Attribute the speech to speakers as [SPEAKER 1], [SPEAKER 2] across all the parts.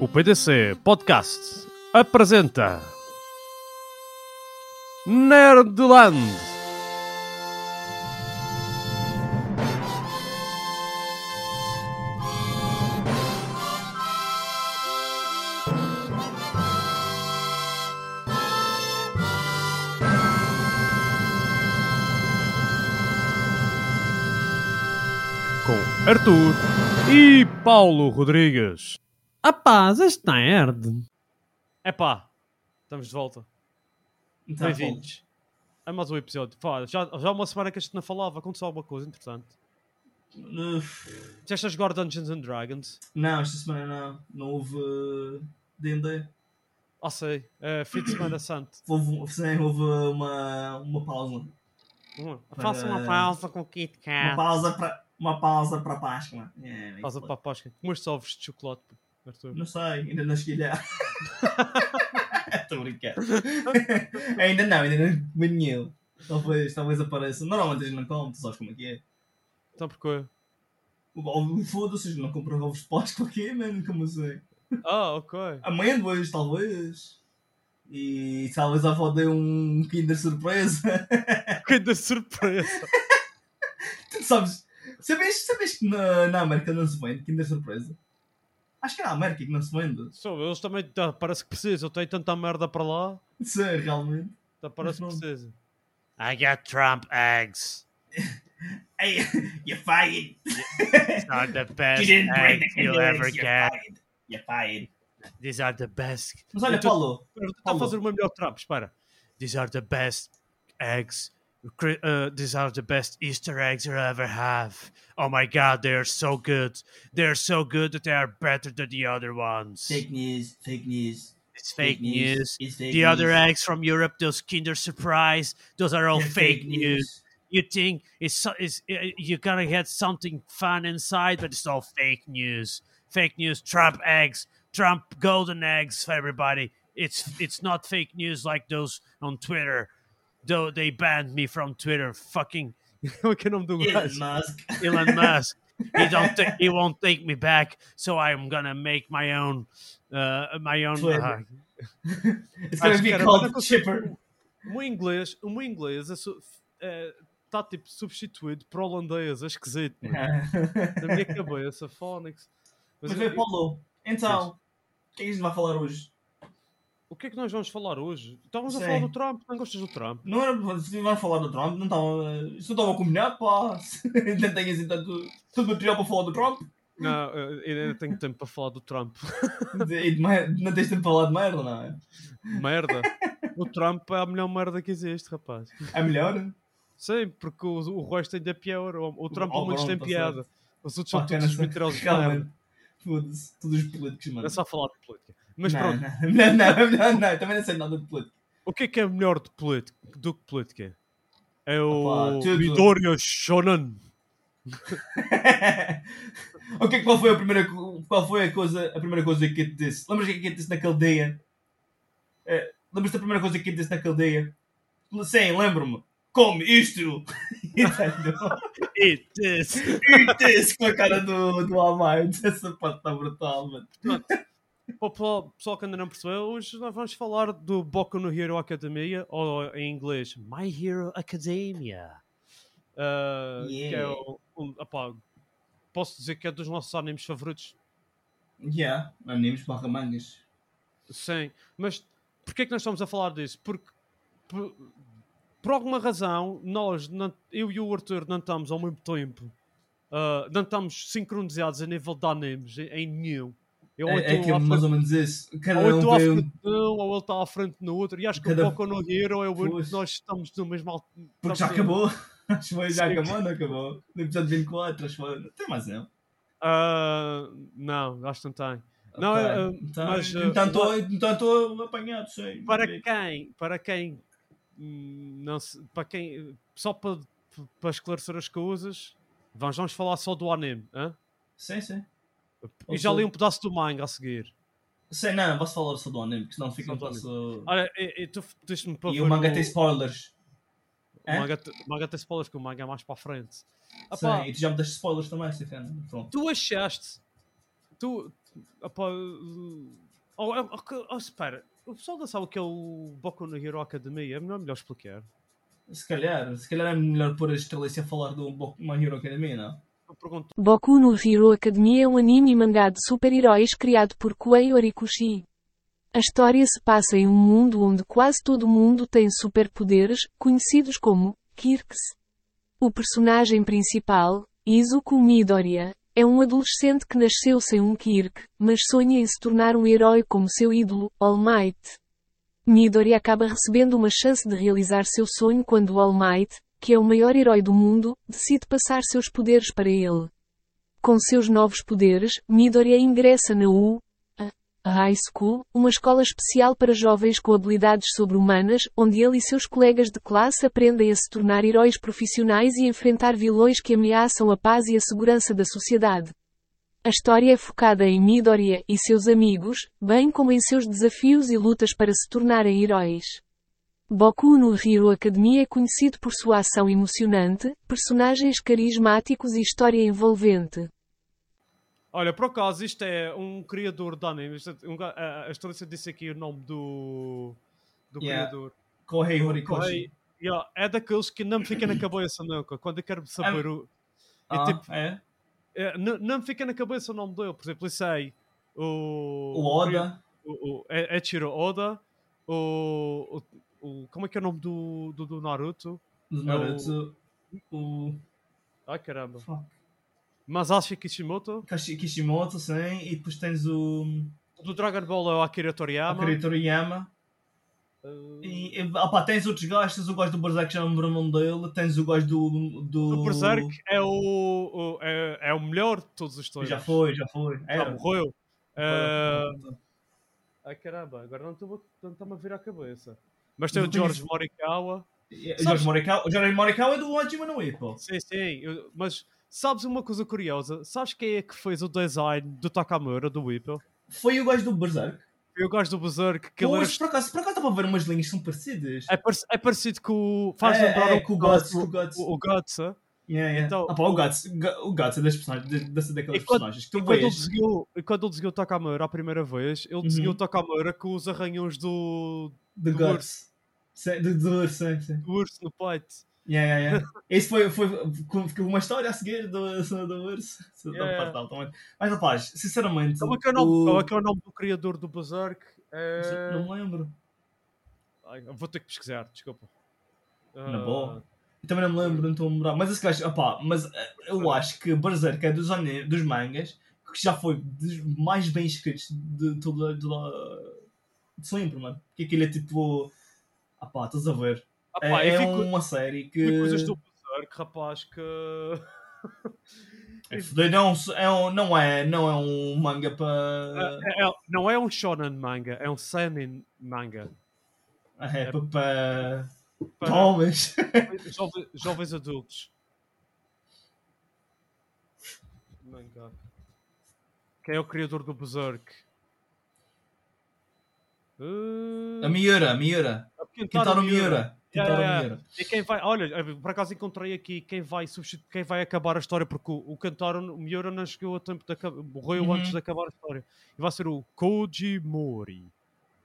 [SPEAKER 1] O PDC Podcast apresenta Nerdland. Com Arthur e Paulo Rodrigues. Rapaz, este nerd. Epá, estamos de volta.
[SPEAKER 2] Então,
[SPEAKER 1] Bem-vindos a mais um episódio. Pá, já, já há uma semana que a gente não falava, aconteceu alguma coisa interessante.
[SPEAKER 2] bom, uh,
[SPEAKER 1] Já estás a jogar Dungeons and Dragons?
[SPEAKER 2] Não, esta semana não. Não houve uh, D&D.
[SPEAKER 1] Ah, sei. É, fim de semana santo.
[SPEAKER 2] Houve, um- sim, houve uma, uma pausa.
[SPEAKER 1] Hum, Faça uma
[SPEAKER 2] Eh,
[SPEAKER 1] pausa com o Kit
[SPEAKER 2] Uma
[SPEAKER 1] Kat.
[SPEAKER 2] pausa para uma pausa para Páscoa. É, é
[SPEAKER 1] Pausa
[SPEAKER 2] isso.
[SPEAKER 1] para a Páscoa. Comeste ovos de chocolate, pô, Arthur.
[SPEAKER 2] Não sei, ainda não cheguei lá. Estou a brincar. ainda não, ainda não comi nenhum. Talvez, talvez apareça. Normalmente eles não comem, tu sabes como é que é.
[SPEAKER 1] Então porquê?
[SPEAKER 2] O- o- Foda-se, eles não compram ovos de Páscoa aqui, mano, como assim?
[SPEAKER 1] Ah, ok.
[SPEAKER 2] Amêndoas, talvez. E talvez a avó dê um Kinder Surpresa.
[SPEAKER 1] Ah, Que da surpresa.
[SPEAKER 2] Tu sabes, sabias, sabias que na, na América não se vende Kinder Surpresa? Acho que é na América que não se vende.
[SPEAKER 1] Sou, eles também tá, parece que precisam. Tem tanta merda para lá.
[SPEAKER 2] Sim, realmente.
[SPEAKER 1] Tá, parece que
[SPEAKER 2] Mas não-
[SPEAKER 1] precisam. I got Trump eggs.
[SPEAKER 2] Ei, you're fired!
[SPEAKER 1] These are the best
[SPEAKER 2] You didn't bring the
[SPEAKER 1] eggs you'll
[SPEAKER 2] Kinder
[SPEAKER 1] ever
[SPEAKER 2] Eggs, you're
[SPEAKER 1] get.
[SPEAKER 2] fired! You're fired!
[SPEAKER 1] These are the best.
[SPEAKER 2] Mas olha,
[SPEAKER 1] Eu tô-
[SPEAKER 2] Paulo,
[SPEAKER 1] Espera, vou tentar
[SPEAKER 2] Paulo.
[SPEAKER 1] Tá fazer uma melhor trap, espera. These are the best eggs. cri- uh, these are the best Easter eggs you'll ever have. Oh my god, they are so good. They are so good that they are better than the other ones.
[SPEAKER 2] fake news, fake news.
[SPEAKER 1] it's fake news.
[SPEAKER 2] It's fake
[SPEAKER 1] The other
[SPEAKER 2] news.
[SPEAKER 1] eggs from Europe, those Kinder Surprise, those are all
[SPEAKER 2] They're
[SPEAKER 1] fake, news. You think it's, so- it's uh, you gotta get something fun inside, but it's all fake news. Fake news, Trump eggs, Trump golden eggs for everybody. It's it's not fake news like those on Twitter. Though they banned me from Twitter. Fucking what can I é do?
[SPEAKER 2] Elon Musk.
[SPEAKER 1] Elon Musk. He don't ta- he won't take me back, so I'm gonna make my own uh my own
[SPEAKER 2] Twitter.
[SPEAKER 1] uh,
[SPEAKER 2] It's gonna
[SPEAKER 1] Acho que
[SPEAKER 2] be
[SPEAKER 1] era-
[SPEAKER 2] called Chipper.
[SPEAKER 1] Um inglês, um inglês está tipo substituído por holandês, é esquisito. mano. Na minha cabeça, Phonics. Mas
[SPEAKER 2] Mas é
[SPEAKER 1] eu-
[SPEAKER 2] vê, Paulo, então, o que é que a gente vai falar hoje?
[SPEAKER 1] o que é que nós vamos falar hoje? Estávamos a
[SPEAKER 2] Sei.
[SPEAKER 1] falar do Trump, não gostas do Trump?
[SPEAKER 2] Não era se iam falar do Trump, não estava. Isso não estava combinado, pá. Não tenho assim tanto, tanto material para falar do Trump.
[SPEAKER 1] Não, eu ainda tenho tempo para falar do Trump.
[SPEAKER 2] E de mer- não tens tempo para falar de merda, não é?
[SPEAKER 1] Merda. O Trump é a melhor merda que existe, rapaz.
[SPEAKER 2] É melhor?
[SPEAKER 1] Sim, porque o, o resto ainda é pior. O, o Trump
[SPEAKER 2] Oh,
[SPEAKER 1] pelo menos tem
[SPEAKER 2] pronto, tá certo.
[SPEAKER 1] piada. Os outros
[SPEAKER 2] Pá,
[SPEAKER 1] são
[SPEAKER 2] cara,
[SPEAKER 1] todos mentirosos. de merda.
[SPEAKER 2] Realmente. Foda-se, todos os políticos, mano.
[SPEAKER 1] É só falar de política. Mas
[SPEAKER 2] não,
[SPEAKER 1] pronto,
[SPEAKER 2] Não, não, não, não, não, também não sei nada de política.
[SPEAKER 1] O que é que é melhor de política, do que política? É o
[SPEAKER 2] Opa, tudo.
[SPEAKER 1] Midoriya Shonan.
[SPEAKER 2] o que é que qual foi a primeira, co- qual foi a coisa, a primeira coisa que eu te disse? Lembras o que é que eu te disse na caldeia? Eh, Lembras da primeira coisa que eu te disse na caldeia? Sim, lembro-me. Come isto! Entendeu?
[SPEAKER 1] It is.
[SPEAKER 2] Esse com a cara do, do Amai, essa parte está brutal, mano.
[SPEAKER 1] Para o pessoal, pessoal que ainda não percebeu, hoje nós vamos falar do Boku no Hero Academia, ou em inglês, My Hero Academia. Uh, Que é
[SPEAKER 2] Yeah.
[SPEAKER 1] um, um- opá, posso dizer que é dos nossos animes favoritos?
[SPEAKER 2] Yeah, animes barra mangas.
[SPEAKER 1] Sim. Mas porquê é que nós estamos a falar disso? Porque, por, por alguma razão, nós, não- eu e o Arthur, não estamos ao mesmo tempo
[SPEAKER 3] ah, não estamos sincronizados a nível de animes em- em nenhum. Eu ou
[SPEAKER 2] É, é
[SPEAKER 3] estou
[SPEAKER 2] que é
[SPEAKER 3] à
[SPEAKER 2] mais
[SPEAKER 3] frente-
[SPEAKER 2] ou menos isso. Cada
[SPEAKER 3] ou eu
[SPEAKER 2] um
[SPEAKER 3] estou à
[SPEAKER 2] tem um-
[SPEAKER 3] frente de um, ou ele está à frente no outro. E acho que
[SPEAKER 2] Cada-
[SPEAKER 3] o Boku no Hero é o único
[SPEAKER 2] Pois.
[SPEAKER 3] que nós estamos no mesmo alto.
[SPEAKER 2] Porque
[SPEAKER 3] estamos
[SPEAKER 2] já
[SPEAKER 3] no-
[SPEAKER 2] acabou. Acho que já
[SPEAKER 3] Sim.
[SPEAKER 2] acabou, não acabou. No episódio 24, acho que Tem mais um. não.
[SPEAKER 3] Ah, não, acho que não tem. Não,
[SPEAKER 2] Ok.
[SPEAKER 3] eh,
[SPEAKER 2] Então,
[SPEAKER 3] mas, eh,
[SPEAKER 2] então estou- então estou apanhado, sei.
[SPEAKER 3] Para quem, para quem, hum, não se- para quem, só para, para esclarecer as coisas, vamos, vamos falar só do anime. hã?
[SPEAKER 2] Sim, sim.
[SPEAKER 3] E já li um pedaço do manga a seguir.
[SPEAKER 2] Sim, não, não posso falar só do anime, porque senão fica
[SPEAKER 3] Só
[SPEAKER 2] um
[SPEAKER 3] do anime.
[SPEAKER 2] passo.
[SPEAKER 3] Olha, e, e tu pediste-me para
[SPEAKER 2] E
[SPEAKER 3] ver
[SPEAKER 2] o manga
[SPEAKER 3] o-
[SPEAKER 2] tem spoilers.
[SPEAKER 3] O
[SPEAKER 2] Hã?
[SPEAKER 3] manga, te- o manga tem spoilers, que o manga é mais para a frente. Ah,
[SPEAKER 2] Sim,
[SPEAKER 3] pá,
[SPEAKER 2] e tu já me deste spoilers também, Stefano. Pronto.
[SPEAKER 3] tu achaste. Tu. ah, pá, uh, oh, oh, oh, oh, espera, o pessoal não sabe o que é o Boku no Hero Academia, é melhor, melhor explicar.
[SPEAKER 2] Se calhar, se calhar é melhor pôr a Estrelícia a falar do Boku no Hero Academia, não?
[SPEAKER 3] Eu pergunto
[SPEAKER 4] Boku no Hero Academia é um anime mangá de super-heróis criado por Kuei Horikoshi. A história se passa em um mundo onde quase todo mundo tem superpoderes, conhecidos como Kirks. O personagem principal, Izuku Midoriya, é um adolescente que nasceu sem um Kirk, mas sonha em se tornar um herói como seu ídolo, All Might. Midoriya acaba recebendo uma chance de realizar seu sonho quando All Might, que é o maior herói do mundo, decide passar seus poderes para ele. Com seus novos poderes, Midoriya ingressa na U. A- a High School, uma escola especial para jovens com habilidades sobre-humanas, onde ele e seus colegas de classe aprendem a se tornar heróis profissionais e enfrentar vilões que ameaçam a paz e a segurança da sociedade. A história é focada em Midoriya e seus amigos, bem como em seus desafios e lutas para se tornarem heróis. Boku no Hero Academia é conhecido por sua ação emocionante, personagens carismáticos e história envolvente.
[SPEAKER 3] Olha, por acaso, isto é um criador de anime. Isto é um ga- a, a Estrelícia disse aqui o nome do, do
[SPEAKER 2] Yeah.
[SPEAKER 3] criador.
[SPEAKER 2] Kohei
[SPEAKER 3] Kohei.
[SPEAKER 2] Horikoshi.
[SPEAKER 3] Yeah, é daqueles que não me fica na cabeça nunca. Quando eu quero saber o. é
[SPEAKER 2] Ah,
[SPEAKER 3] tipo-
[SPEAKER 2] é?
[SPEAKER 3] é, não, não me fica na cabeça o nome dele. Por exemplo, eu sei. O,
[SPEAKER 2] O Oda.
[SPEAKER 3] O, o é- é Eiichiro Oda. O, o, o- Como é que é o nome do, do, do Naruto?
[SPEAKER 2] do Naruto. O.
[SPEAKER 3] Ai caramba.
[SPEAKER 2] Fuck.
[SPEAKER 3] Masashi Kishimoto.
[SPEAKER 2] Kashi- Kishimoto, sim. E depois tens o.
[SPEAKER 3] Do Dragon Ball é o Akira Toriyama.
[SPEAKER 2] Akira Toriyama.
[SPEAKER 3] Uh,
[SPEAKER 2] E, e, opá, tens outros gajos, tens o gajo do Berserk que já me lembro o nome dele, tens o gajo do. Do,
[SPEAKER 3] O Berserk é o, o- é, é o melhor de todos os tempos.
[SPEAKER 2] Já foi, já foi.
[SPEAKER 3] Já
[SPEAKER 2] Era.
[SPEAKER 3] Ah, morreu.
[SPEAKER 2] Era.
[SPEAKER 3] Ah, Ai caramba, agora não estou a- não está-me a vir à cabeça. Mas tem
[SPEAKER 2] Não
[SPEAKER 3] o George
[SPEAKER 2] conheço.
[SPEAKER 3] Morikawa.
[SPEAKER 2] E-
[SPEAKER 3] Sabes-
[SPEAKER 2] Jorge Morikawa. O Jorge Morikawa é do Hajime no Ippo.
[SPEAKER 3] Sim, sim. eu- mas sabes uma coisa curiosa? Sabes quem é que fez o design do Takamura, do Whipple?
[SPEAKER 2] Foi o gajo do Berserk.
[SPEAKER 3] Eu gosto do Berserk, que ele era
[SPEAKER 2] Pois, por acaso, por acaso dá para ver umas linhas que são parecidas.
[SPEAKER 3] é, parec- é parecido com o. Faz
[SPEAKER 2] É,
[SPEAKER 3] lembrar
[SPEAKER 2] é,
[SPEAKER 3] um
[SPEAKER 2] com o
[SPEAKER 3] bocado
[SPEAKER 2] Guts, com o Guts.
[SPEAKER 3] O, o Guts, é?
[SPEAKER 2] Yeah, yeah.
[SPEAKER 3] então-
[SPEAKER 2] Ah, pá, o Guts, Ga- o Guts é das personagens, de- dessa daquelas
[SPEAKER 3] E quando-
[SPEAKER 2] personagens que
[SPEAKER 3] E
[SPEAKER 2] tu
[SPEAKER 3] quando, ele
[SPEAKER 2] vês.
[SPEAKER 3] desenhou, e quando ele desenhou o Takamura a primeira vez, ele desenhou
[SPEAKER 2] Uhum.
[SPEAKER 3] o Takamura com os arranhões do,
[SPEAKER 2] Do
[SPEAKER 3] do
[SPEAKER 2] Guts. Sim, Do do urso, sim, sim.
[SPEAKER 3] do urso no peito.
[SPEAKER 2] Yeah, yeah, yeah. Esse foi, foi com- ficou uma história a seguir do, do urso.
[SPEAKER 3] Yeah.
[SPEAKER 2] Tá, tá, tá, tá. Mas rapaz, sinceramente.
[SPEAKER 3] Como é que é o nome, como é que é o nome do criador do Berserk? É-
[SPEAKER 2] Não me lembro.
[SPEAKER 3] Ai, vou ter que pesquisar, desculpa.
[SPEAKER 2] Na
[SPEAKER 3] Ah,
[SPEAKER 2] boa. Eu também não me lembro, não estou a lembrar. Mas esse gajo, opá, mas eh, eu acho que Berserk é dos, ani- dos mangas que já foi dos mais bem escritos de tudo. De, lá- de sempre, mano. Porque aquilo é tipo. Ah pá, estás a ver?
[SPEAKER 3] Ah,
[SPEAKER 2] É,
[SPEAKER 3] pá, eu
[SPEAKER 2] é
[SPEAKER 3] vi co-
[SPEAKER 2] uma série
[SPEAKER 3] vi
[SPEAKER 2] que.
[SPEAKER 3] coisas do Berserk, rapaz, que.
[SPEAKER 2] É fudido, é um, é um- não, é, não é um manga para.
[SPEAKER 3] É- é- não é um shonen manga, é um seinen manga. Ah,
[SPEAKER 2] É, para. para...
[SPEAKER 3] Para
[SPEAKER 2] Homens.
[SPEAKER 3] jove- jovens adultos. Manga. Quem é o criador do Berserk?
[SPEAKER 2] A Miura, a Miura.
[SPEAKER 3] Eh,
[SPEAKER 2] Kentaro Miura. Kentaro
[SPEAKER 3] Yeah,
[SPEAKER 2] Miura.
[SPEAKER 3] E quem vai, olha, eu por acaso encontrei aqui quem vai substitu- quem vai acabar a história, porque o, o Kentaro Miura não chegou a tempo de acabar, morreu
[SPEAKER 2] Uhum.
[SPEAKER 3] antes de acabar a história. E vai ser o Koji Mori.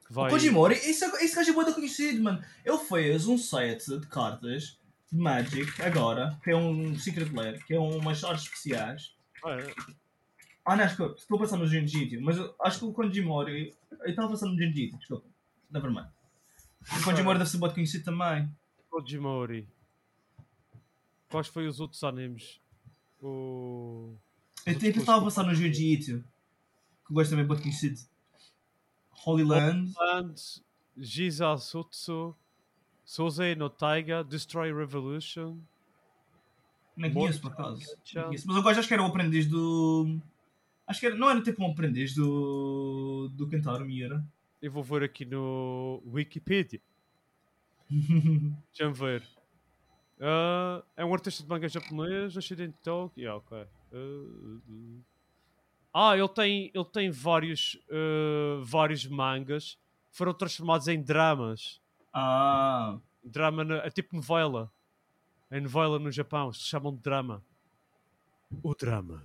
[SPEAKER 3] Que vai...
[SPEAKER 2] O Kojimori, esse, esse gajo é muito conhecido, mano. Ele fez um set de cartas de Magic agora, que é um Secret Lair, que é umas artes especiais.
[SPEAKER 3] É,
[SPEAKER 2] Ah, não, desculpa, estou a passar no Genjitsu, mas eu acho que o Kojimori. Eu estava passando no Genjitsu, desculpa. Nevermind. O Kojimori deve ser muito conhecido também.
[SPEAKER 3] Koji Mori. Quais foi os outros animes? O.
[SPEAKER 2] Eu até estava a passar no Jiu-Jitsu. Que eu gosto também bem conhecido. Holy Land.
[SPEAKER 3] Land, Giza Sutsu, Sosei no Taiga, Destroy Revolution.
[SPEAKER 2] Não conheço é por acaso.
[SPEAKER 3] Tchau.
[SPEAKER 2] Não conheço. Mas eu gosto, acho que era o aprendiz do. Acho que era, não era tipo um aprendiz do. do Kentaro Miura.
[SPEAKER 3] Eu vou ver aqui no Wikipedia. Deixa-me ver. Ah, é um artista de manga japonês, nascido em Tóquio. Yeah, ok. Ah, uh, uh. Ah, ele tem, ele tem vários, ah, vários mangas que foram transformados em dramas.
[SPEAKER 2] Ah.
[SPEAKER 3] Drama na- é tipo novela. É novela no Japão, se chamam de drama. O drama.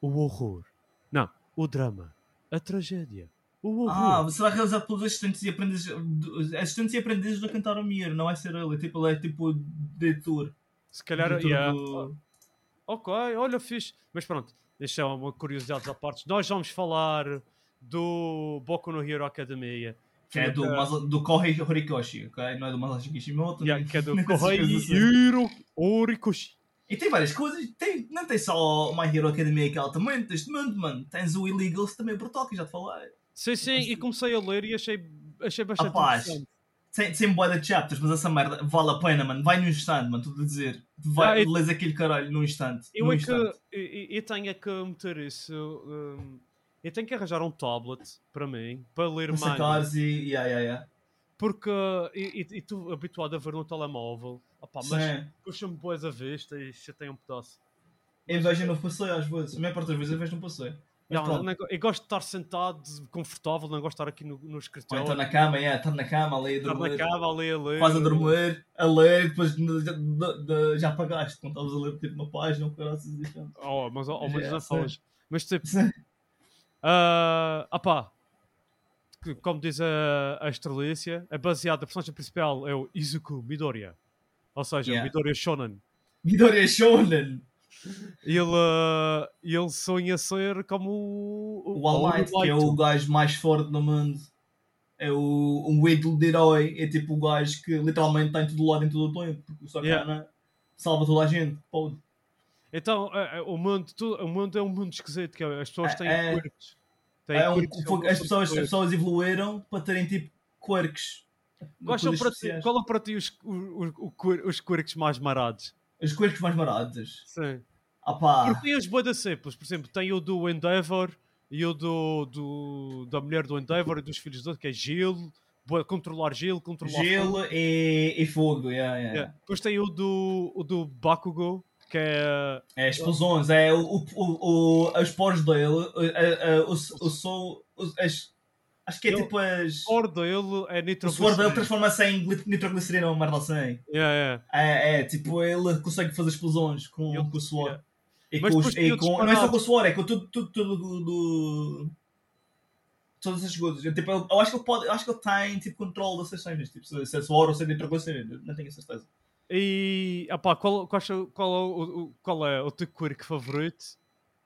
[SPEAKER 3] O horror. Não, o drama. A tragédia. O
[SPEAKER 2] Ah,
[SPEAKER 3] horror.
[SPEAKER 2] você vai realizar pelos assistentes e aprendizes. do- Assistentes e aprendizes do Kentaro Miura, não é ser ele. é Tipo, ele é tipo diretor.
[SPEAKER 3] se calhar.
[SPEAKER 2] diretor
[SPEAKER 3] yeah.
[SPEAKER 2] do-
[SPEAKER 3] Ok, olha, fixe. Mas pronto, deixa uma curiosidade à parte. Nós vamos falar do Boku no Hero Academia.
[SPEAKER 2] Que é do, Masa- do Kohei Horikoshi, ok? Não é do Masashi Kishimoto.
[SPEAKER 3] Yeah,
[SPEAKER 2] nem-
[SPEAKER 3] que é do
[SPEAKER 2] nem dessas
[SPEAKER 3] Kohei
[SPEAKER 2] coisas assim.
[SPEAKER 3] Hiro Horikoshi.
[SPEAKER 2] E tem várias coisas. Tem, não tem só o My Hero Academia que é altamente deste mundo, mano. Tens o Illegals também por Tóquio, já te falei.
[SPEAKER 3] Sim, sim, e comecei a ler e achei, achei bastante
[SPEAKER 2] Rapaz.
[SPEAKER 3] interessante.
[SPEAKER 2] Sem, sem boia de chapters, mas essa merda vale a pena, mano. Vai num instante, mano, tudo a dizer. Vai,
[SPEAKER 3] Ah, eu-
[SPEAKER 2] lês aquele caralho num instante.
[SPEAKER 3] Eu,
[SPEAKER 2] num
[SPEAKER 3] é que,
[SPEAKER 2] instante.
[SPEAKER 3] eu, eu tenho é que meter isso. hum, eu tenho que arranjar um tablet para mim, para ler
[SPEAKER 2] Para
[SPEAKER 3] mais.
[SPEAKER 2] sacares e. Yeah, yeah, yeah.
[SPEAKER 3] Porque e e- e tu habituado a ver no telemóvel. Opá, mas
[SPEAKER 2] Sim.
[SPEAKER 3] puxa-me boas a vista e chatei um pedaço.
[SPEAKER 2] Eu vejo no passeio às vezes. A maior parte das vezes eu vejo no passeio. Mas
[SPEAKER 3] Não,
[SPEAKER 2] pronto.
[SPEAKER 3] não- eu gosto de estar sentado, confortável, não gosto de estar aqui no, no
[SPEAKER 2] Ou
[SPEAKER 3] escritório.
[SPEAKER 2] então na cama, yeah, estar na cama ali a
[SPEAKER 3] estar na
[SPEAKER 2] dormir.
[SPEAKER 3] cama, ali a ler.
[SPEAKER 2] Quase a dormir, a ler, depois de- de- de- já apagaste. Quando estavas a ler tipo uma página, um caralho assim. então.
[SPEAKER 3] Oh, mas ao, ao menos
[SPEAKER 2] É,
[SPEAKER 3] não
[SPEAKER 2] sim.
[SPEAKER 3] falas. Mas tipo.
[SPEAKER 2] Sim.
[SPEAKER 3] ah opá, que- como diz a, a Estrelícia, é baseado, a personagem principal é o Izuku Midoriya. Ou seja, o
[SPEAKER 2] Yeah.
[SPEAKER 3] Midoriya Shonen.
[SPEAKER 2] Midoriya é Shonen!
[SPEAKER 3] Ele, ah, ele sonha ser como o.
[SPEAKER 2] O All Might, que é o
[SPEAKER 3] All Might.
[SPEAKER 2] gajo mais forte do mundo. É o, um ídolo de herói. É tipo o gajo que literalmente está em todo lado em todo o tempo. Porque o Sakana é. salva toda a gente. Pode.
[SPEAKER 3] Então, é- é, o, mundo, tu- o mundo é um mundo esquisito, que é, as pessoas têm
[SPEAKER 2] É-
[SPEAKER 3] quirks. Têm
[SPEAKER 2] É um-
[SPEAKER 3] quirks, são-
[SPEAKER 2] foi- as,
[SPEAKER 3] são
[SPEAKER 2] pessoas, as
[SPEAKER 3] quirks.
[SPEAKER 2] pessoas evoluíram para terem tipo quirks.
[SPEAKER 3] Quais são
[SPEAKER 2] Coisas
[SPEAKER 3] para ti,
[SPEAKER 2] especiais.
[SPEAKER 3] qual é para ti os, o- o- o quir- os quirks mais marados?
[SPEAKER 2] As quirks mais baratas.
[SPEAKER 3] Sim.
[SPEAKER 2] Ah pá.
[SPEAKER 3] Porque tem as boedas simples, por exemplo, tem o do Endeavor e o do, do- da mulher do Endeavor e dos filhos dele, que é Gil, bué- controlar Gil, controlar fogo.
[SPEAKER 2] Gelo e, e fogo. Yeah, yeah.
[SPEAKER 3] Yeah. Depois tem o do, o do Bakugo, que é.
[SPEAKER 2] É explosões. É o, o, o, o- os poros dele. é- é- é, O, o, o sol. os- as- acho que é
[SPEAKER 3] Ele-
[SPEAKER 2] tipo as.
[SPEAKER 3] O suor dele é
[SPEAKER 2] O suor dele
[SPEAKER 3] nitroglicerina.
[SPEAKER 2] transforma-se em gli- nitroglicerina ou uma merda assim.
[SPEAKER 3] Yeah, yeah.
[SPEAKER 2] É, é, tipo, ele consegue fazer explosões com,
[SPEAKER 3] Ele-
[SPEAKER 2] com o suor. E
[SPEAKER 3] Mas
[SPEAKER 2] com, os-
[SPEAKER 3] depois
[SPEAKER 2] e
[SPEAKER 3] tem
[SPEAKER 2] com-
[SPEAKER 3] outros
[SPEAKER 2] não é só
[SPEAKER 3] parados.
[SPEAKER 2] com o suor, é com tudo, tudo, tudo do, do- Todas essas coisas. Eu, tipo, eu, eu acho que ele pode, eu acho que ele tem tipo, controle dessas cenas. Tipo, se, se é suor ou se é nitroglicerina, não tenho a certeza.
[SPEAKER 3] E opá, qual, qual, qual, é o, o- qual é o teu quirk favorito?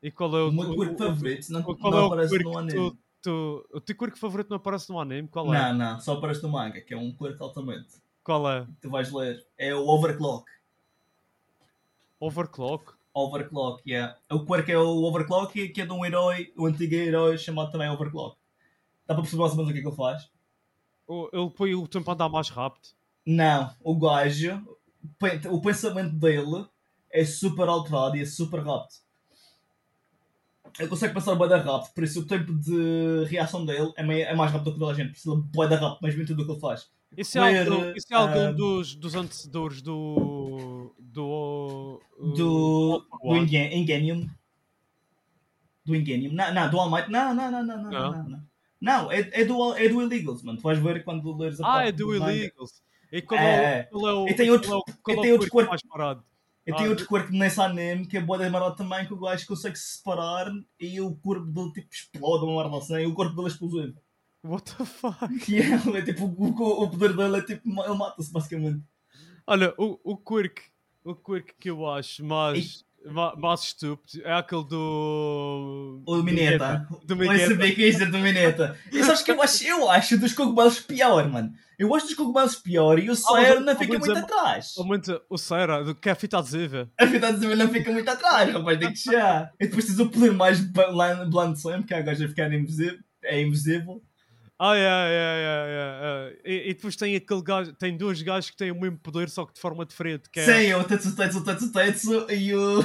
[SPEAKER 3] E qual é o,
[SPEAKER 2] O meu
[SPEAKER 3] o-
[SPEAKER 2] quirk
[SPEAKER 3] o-
[SPEAKER 2] favorito não,
[SPEAKER 3] Qual
[SPEAKER 2] não
[SPEAKER 3] é o
[SPEAKER 2] aparece
[SPEAKER 3] quirk
[SPEAKER 2] no
[SPEAKER 3] que
[SPEAKER 2] anime.
[SPEAKER 3] tu, tu- O teu quirk favorito não aparece no anime? Qual é?
[SPEAKER 2] Não, não, só aparece no manga, que é um quirk altamente.
[SPEAKER 3] Qual é?
[SPEAKER 2] Tu vais ler. É o Overclock.
[SPEAKER 3] Overclock?
[SPEAKER 2] Overclock, yeah. O quirk é o Overclock, que é de um herói, um antigo herói chamado também Overclock. Dá para perceber mais ou menos o que é que ele faz?
[SPEAKER 3] Ou Ele põe o tempo a andar mais rápido.
[SPEAKER 2] Não, o gajo, pen- o pensamento dele é super alterado e é super rápido. Ele consegue passar bué da rápido, por isso o tempo de reação dele é, mei- é mais rápido do que toda a gente, precisa bué da rápido, mas bem tudo o que ele faz.
[SPEAKER 3] Isso é
[SPEAKER 2] Ler,
[SPEAKER 3] algum, isso é algum
[SPEAKER 2] ah,
[SPEAKER 3] dos, dos antecedores do. do. uh,
[SPEAKER 2] Do, do
[SPEAKER 3] One.
[SPEAKER 2] Ingen- Ingenium. Do Ingenium. Não, não, do All Might. Não, não, não, não, não,
[SPEAKER 3] Não?
[SPEAKER 2] não. não, não. Não, é, é, do, é do Illegals, mano. Tu vais ver quando leres a
[SPEAKER 3] Ah,
[SPEAKER 2] parte
[SPEAKER 3] é do
[SPEAKER 2] manga.
[SPEAKER 3] Illegals. E qual é,
[SPEAKER 2] É,
[SPEAKER 3] o- qual é o.
[SPEAKER 2] E tem outro-
[SPEAKER 3] qual é o- qual
[SPEAKER 2] e
[SPEAKER 3] é
[SPEAKER 2] tem
[SPEAKER 3] o
[SPEAKER 2] outro
[SPEAKER 3] quirk
[SPEAKER 2] quirk.
[SPEAKER 3] mais parado?
[SPEAKER 2] E
[SPEAKER 3] Ah,
[SPEAKER 2] tem outro corpo nesse anime que é boa da marota também, que o gajo consegue se separar e o corpo dele tipo explode uma merda assim, e o corpo dele é explosivo.
[SPEAKER 3] What the fuck?
[SPEAKER 2] E ele é tipo, o, o- o poder dele é tipo, ele mata-se basicamente.
[SPEAKER 3] Olha, o, o quirk. O quirk que eu acho mais. Ma- Mouse Stupid. É aquele do.
[SPEAKER 2] O Mineta.
[SPEAKER 3] Do
[SPEAKER 2] Vai
[SPEAKER 3] Mineta.
[SPEAKER 2] saber quem é do Mineta. E sabes que eu acho, eu acho dos cogumelos pior, mano. Eu acho dos cogumelos pior e o Sayer não
[SPEAKER 3] eu
[SPEAKER 2] fica
[SPEAKER 3] vou
[SPEAKER 2] muito
[SPEAKER 3] dizer-
[SPEAKER 2] atrás.
[SPEAKER 3] Aumenta o Cera, do que é a fita adesiva.
[SPEAKER 2] A verdade também não fica muito atrás, rapaz, tem que chegar. E depois tens o poder mais ba- lá- blunt slam, que agora já ficar invisível. É invisível.
[SPEAKER 3] Ah, é, é, é, é, é. E, e depois tem aquele gajo, tem dois gajos que têm o mesmo poder, só que de forma diferente. Que é,
[SPEAKER 2] Sim, o Tetsu Tetsu Tetsu Tetsu e o.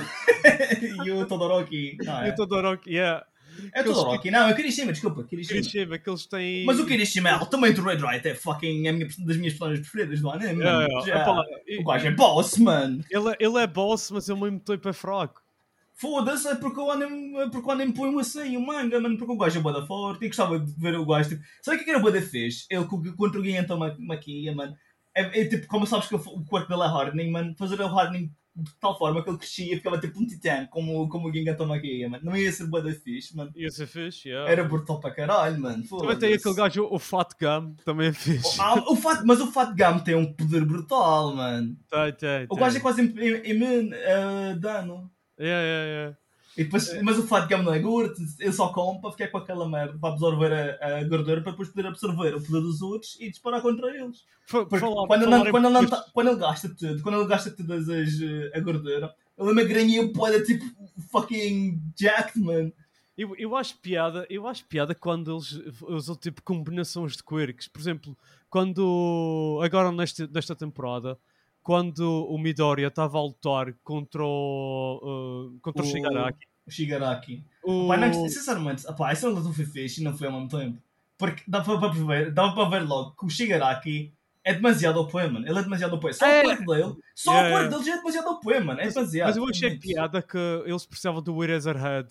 [SPEAKER 2] e o Todoroki. Não,
[SPEAKER 3] E o
[SPEAKER 2] é.
[SPEAKER 3] Todoroki, yeah.
[SPEAKER 2] é o Todoroki, não, é o Kirishima, desculpa, Kirishima.
[SPEAKER 3] Kirishima, que eles têm.
[SPEAKER 2] Mas o Kirishima é altamente do Red Right, é fucking a minha, das minhas personagens preferidas do anime.
[SPEAKER 3] Yeah,
[SPEAKER 2] mano.
[SPEAKER 3] yeah.
[SPEAKER 2] Já.
[SPEAKER 3] Epá,
[SPEAKER 2] O
[SPEAKER 3] e-
[SPEAKER 2] gajo é boss, mano.
[SPEAKER 3] ele, é- ele é boss, mas ao mesmo tempo é fraco.
[SPEAKER 2] Foda-se, é porque o anime, é porque o anime põe-me assim, o manga, mano, porque o gajo é boda forte e gostava de ver o gajo. Tipo, sabe o que é que era boda fez? Ele co- contra o Guiento Maquia, mano. É, é tipo, como sabes que o f- o corpo dele é hardening, mano, fazer ele hardening de tal forma que ele crescia e ficava tipo um titã, como, como o Guiento Maquia, mano. Não ia ser boda fixe, mano.
[SPEAKER 3] E esse é fixe, yeah.
[SPEAKER 2] Era brutal para caralho, mano.
[SPEAKER 3] Também tem
[SPEAKER 2] Foda-se.
[SPEAKER 3] aquele gajo, o Fat Gum, também é fixe.
[SPEAKER 2] Ah, o Fat- mas o Fat Gum tem um poder brutal, mano.
[SPEAKER 3] Tem, tem,
[SPEAKER 2] O
[SPEAKER 3] tem.
[SPEAKER 2] gajo é quase im- im- imune a dano.
[SPEAKER 3] Yeah, yeah, yeah.
[SPEAKER 2] E depois, mas o fato de que não é gordo, eu só como para ficar com aquela merda, para absorver a, a gordura, para depois poder absorver o poder dos outros e disparar contra eles.
[SPEAKER 3] Fa-
[SPEAKER 2] Porque
[SPEAKER 3] falar-
[SPEAKER 2] quando, ele não-
[SPEAKER 3] falar em
[SPEAKER 2] quando ele não
[SPEAKER 3] poderes-
[SPEAKER 2] tá- quando ele gasta tudo, quando ele gasta tudo as, as, eh, a gordura, ele é uma graninha poeda tipo fucking jacked, man.
[SPEAKER 3] Eu, eu acho piada, eu acho piada quando eles usam tipo combinações de quirks. Por exemplo, quando agora nesta, nesta temporada, quando o Midoriya estava a lutar contra o uh, contra o,
[SPEAKER 2] O-
[SPEAKER 3] Shigaraki.
[SPEAKER 2] O Shigaraki.
[SPEAKER 3] O,
[SPEAKER 2] Pá, não, sinceramente, opá, essa luta foi fixe e não foi ao mesmo tempo. Porque dá para para ver, dá para ver logo que o Shigaraki é demasiado OP, mano. Ele é demasiado OP. Só
[SPEAKER 3] É.
[SPEAKER 2] o corpo dele, só
[SPEAKER 3] Yeah,
[SPEAKER 2] o corpo
[SPEAKER 3] yeah.
[SPEAKER 2] dele já é demasiado OP, mano. É demasiado.
[SPEAKER 3] mas eu achei
[SPEAKER 2] Muito.
[SPEAKER 3] piada que eles precisavam do Eraserhead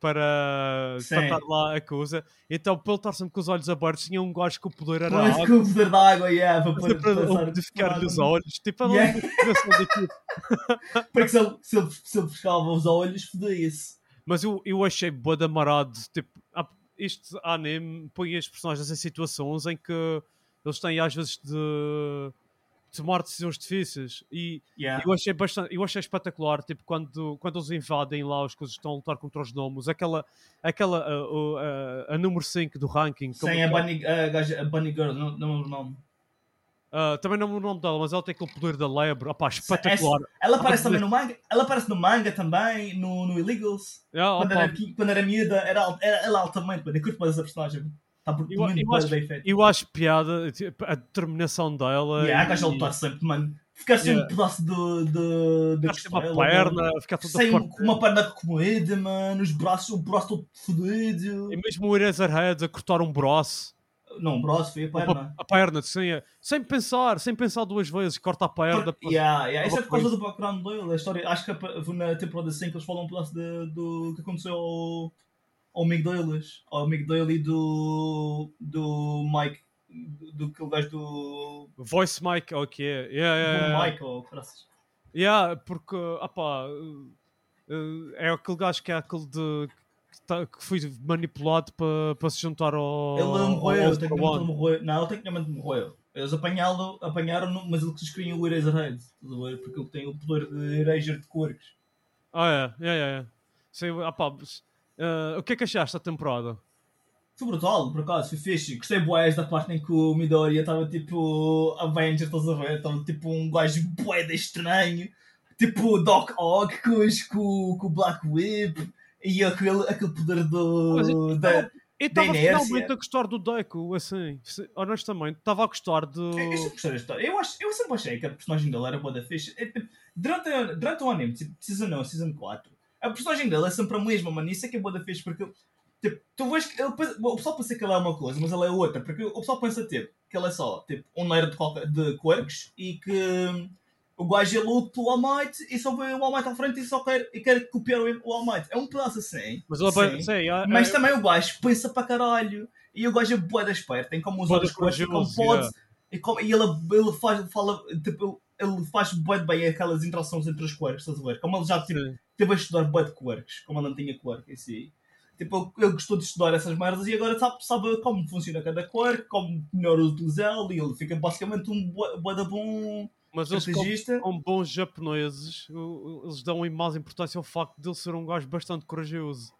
[SPEAKER 3] para,
[SPEAKER 2] Sim.
[SPEAKER 3] para estar lá a coisa. Então, pelo estar sempre com os olhos abertos, tinha um gajo que o poder era
[SPEAKER 2] Mas
[SPEAKER 3] água.
[SPEAKER 2] com o poder da água, yeah, para poder
[SPEAKER 3] é Para
[SPEAKER 2] passar-
[SPEAKER 3] modificar os
[SPEAKER 2] passar-
[SPEAKER 3] olhos, tipo, era uma
[SPEAKER 2] Yeah.
[SPEAKER 3] combinação daquilo.
[SPEAKER 2] Porque se ele, se ele, se ele pescava os olhos, fodia-se.
[SPEAKER 3] Mas eu, eu achei bué de amarado. Tipo, há- este anime põe as personagens em situações em que eles têm às vezes de tomar decisões difíceis. E
[SPEAKER 2] Yeah.
[SPEAKER 3] eu achei bastante, eu achei espetacular, tipo, quando, quando eles invadem lá os que eles estão a lutar contra os gnomos, aquela, aquela a, a, número 5 do ranking, como é
[SPEAKER 2] Sem a
[SPEAKER 3] que-
[SPEAKER 2] Bunny, a, gaja- a Bunny Girl, não, não é o nome.
[SPEAKER 3] ah, também não me lembro o nome dela, mas ela tem aquele poder da lebre, opá, espetacular.
[SPEAKER 2] Ela aparece também no manga, ela aparece no manga também, no, no Illegals.
[SPEAKER 3] Ah,
[SPEAKER 2] Quando
[SPEAKER 3] opá,
[SPEAKER 2] era, pequ- quando era miúda, era, al- era, ela altamente, mano. Eu curto mais essa personagem. Está muito
[SPEAKER 3] Eu- eu acho-
[SPEAKER 2] bem bem feito.
[SPEAKER 3] eu acho piada tipo, a determinação dela.
[SPEAKER 2] E a
[SPEAKER 3] e-
[SPEAKER 2] gaja lutar sempre, mano. Ficar sem um
[SPEAKER 3] Yeah.
[SPEAKER 2] pedaço de, de, de
[SPEAKER 3] Ficar sem uma
[SPEAKER 2] costela,
[SPEAKER 3] perna, ficar toda
[SPEAKER 2] sem um-
[SPEAKER 3] forte.
[SPEAKER 2] com uma perna comida, mano. Os braços, o braço todo fodido.
[SPEAKER 3] E mesmo o Eraserhead a cortar um broço,
[SPEAKER 2] Não, o braço foi a perna.
[SPEAKER 3] a, a perna, sem, sem pensar, sem pensar duas vezes, corta a perna.
[SPEAKER 2] Por- Yeah, yeah. Isso é
[SPEAKER 3] Opa,
[SPEAKER 2] por causa do background dele. A história, acho que apa- foi na temporada 5 eles falam um pedaço de- do que aconteceu ao, ao Mick Doyles. Ao Mick Doyle e do, do Mike. Do, do que o gajo do.
[SPEAKER 3] Voice mic, é ok. Yeah, yeah,
[SPEAKER 2] Do
[SPEAKER 3] yeah.
[SPEAKER 2] Mike, ou graças.
[SPEAKER 3] Yeah, porque, opá, eh, é aquele gajo que é aquele de, que, tá- que foi manipulado para se juntar ao.
[SPEAKER 2] Ele
[SPEAKER 3] ao
[SPEAKER 2] morreu,
[SPEAKER 3] Ultra
[SPEAKER 2] tecnicamente ele
[SPEAKER 3] One.
[SPEAKER 2] morreu. Não, ele tecnicamente morreu. Eles apanharam, apanharam mas ele que escreveu o Eraserhead, estás a ver? porque ele tem o poder de Eraser de cores.
[SPEAKER 3] Ah, é, yeah, yeah. Sim, opá, mas, eh, o que é que achaste da temporada?
[SPEAKER 2] Foi brutal, por acaso, foi fixe. Gostei boés da parte em que o Midoriya estava tipo Avenger, estás a ver? Estava tipo um gajo bué de estranho, tipo Doc Ock com, os- com, com o Black Whip e aquele, aquele poder
[SPEAKER 3] Mas
[SPEAKER 2] do.
[SPEAKER 3] eu-
[SPEAKER 2] da...
[SPEAKER 3] Eu estava
[SPEAKER 2] inércia.
[SPEAKER 3] finalmente a gostar do Deco, assim, se- honestamente, estava a gostar do.
[SPEAKER 2] É, Eu, sempre gostei da história. Eu, acho, eu sempre achei que a personagem dele era boa da fixe. É, tipo, Durante, a- durante o anime, tipo, Season 1, Season 4, a personagem dele é sempre a mesma, mano. Isso é que é boa da fixe, porque tipo, tu vês que ele pensa- o pessoal pensa que ela é uma coisa, mas ela é outra. Porque o pessoal pensa tipo, que ela é só tipo, um nerd de, qualquer, de quirks e que hum, o gajo é louco pelo All Might e só vê o All Might à frente e só quer, e quer copiar o o All Might. É um pedaço assim.
[SPEAKER 3] Mas ele vai-
[SPEAKER 2] Sim.
[SPEAKER 3] sim, é-
[SPEAKER 2] Mas
[SPEAKER 3] é-
[SPEAKER 2] também o gajo pensa para caralho. E o gajo é bué da esperta, tem como usar
[SPEAKER 3] Bué da
[SPEAKER 2] as coisas como
[SPEAKER 3] corajoso,
[SPEAKER 2] pode.
[SPEAKER 3] yeah.
[SPEAKER 2] E, como, e ele, ele faz, fala, tipo, ele faz bué de bem aquelas interações entre os quirks, estás a ver? Como ele já tipo,
[SPEAKER 3] Sim.
[SPEAKER 2] teve a estudar bué de quirks, como ele não tinha quirk em si. Tipo, ele, ele gostou de estudar essas merdas e agora sabe, sabe como funciona cada quirk, como melhor utilizá-lo e ele fica basicamente um bué bué da bom
[SPEAKER 3] Mas eles, como
[SPEAKER 2] estrategista.
[SPEAKER 3] são bons japoneses, o- o- eles dão mais importância ao facto de ele ser um gajo bastante corajoso.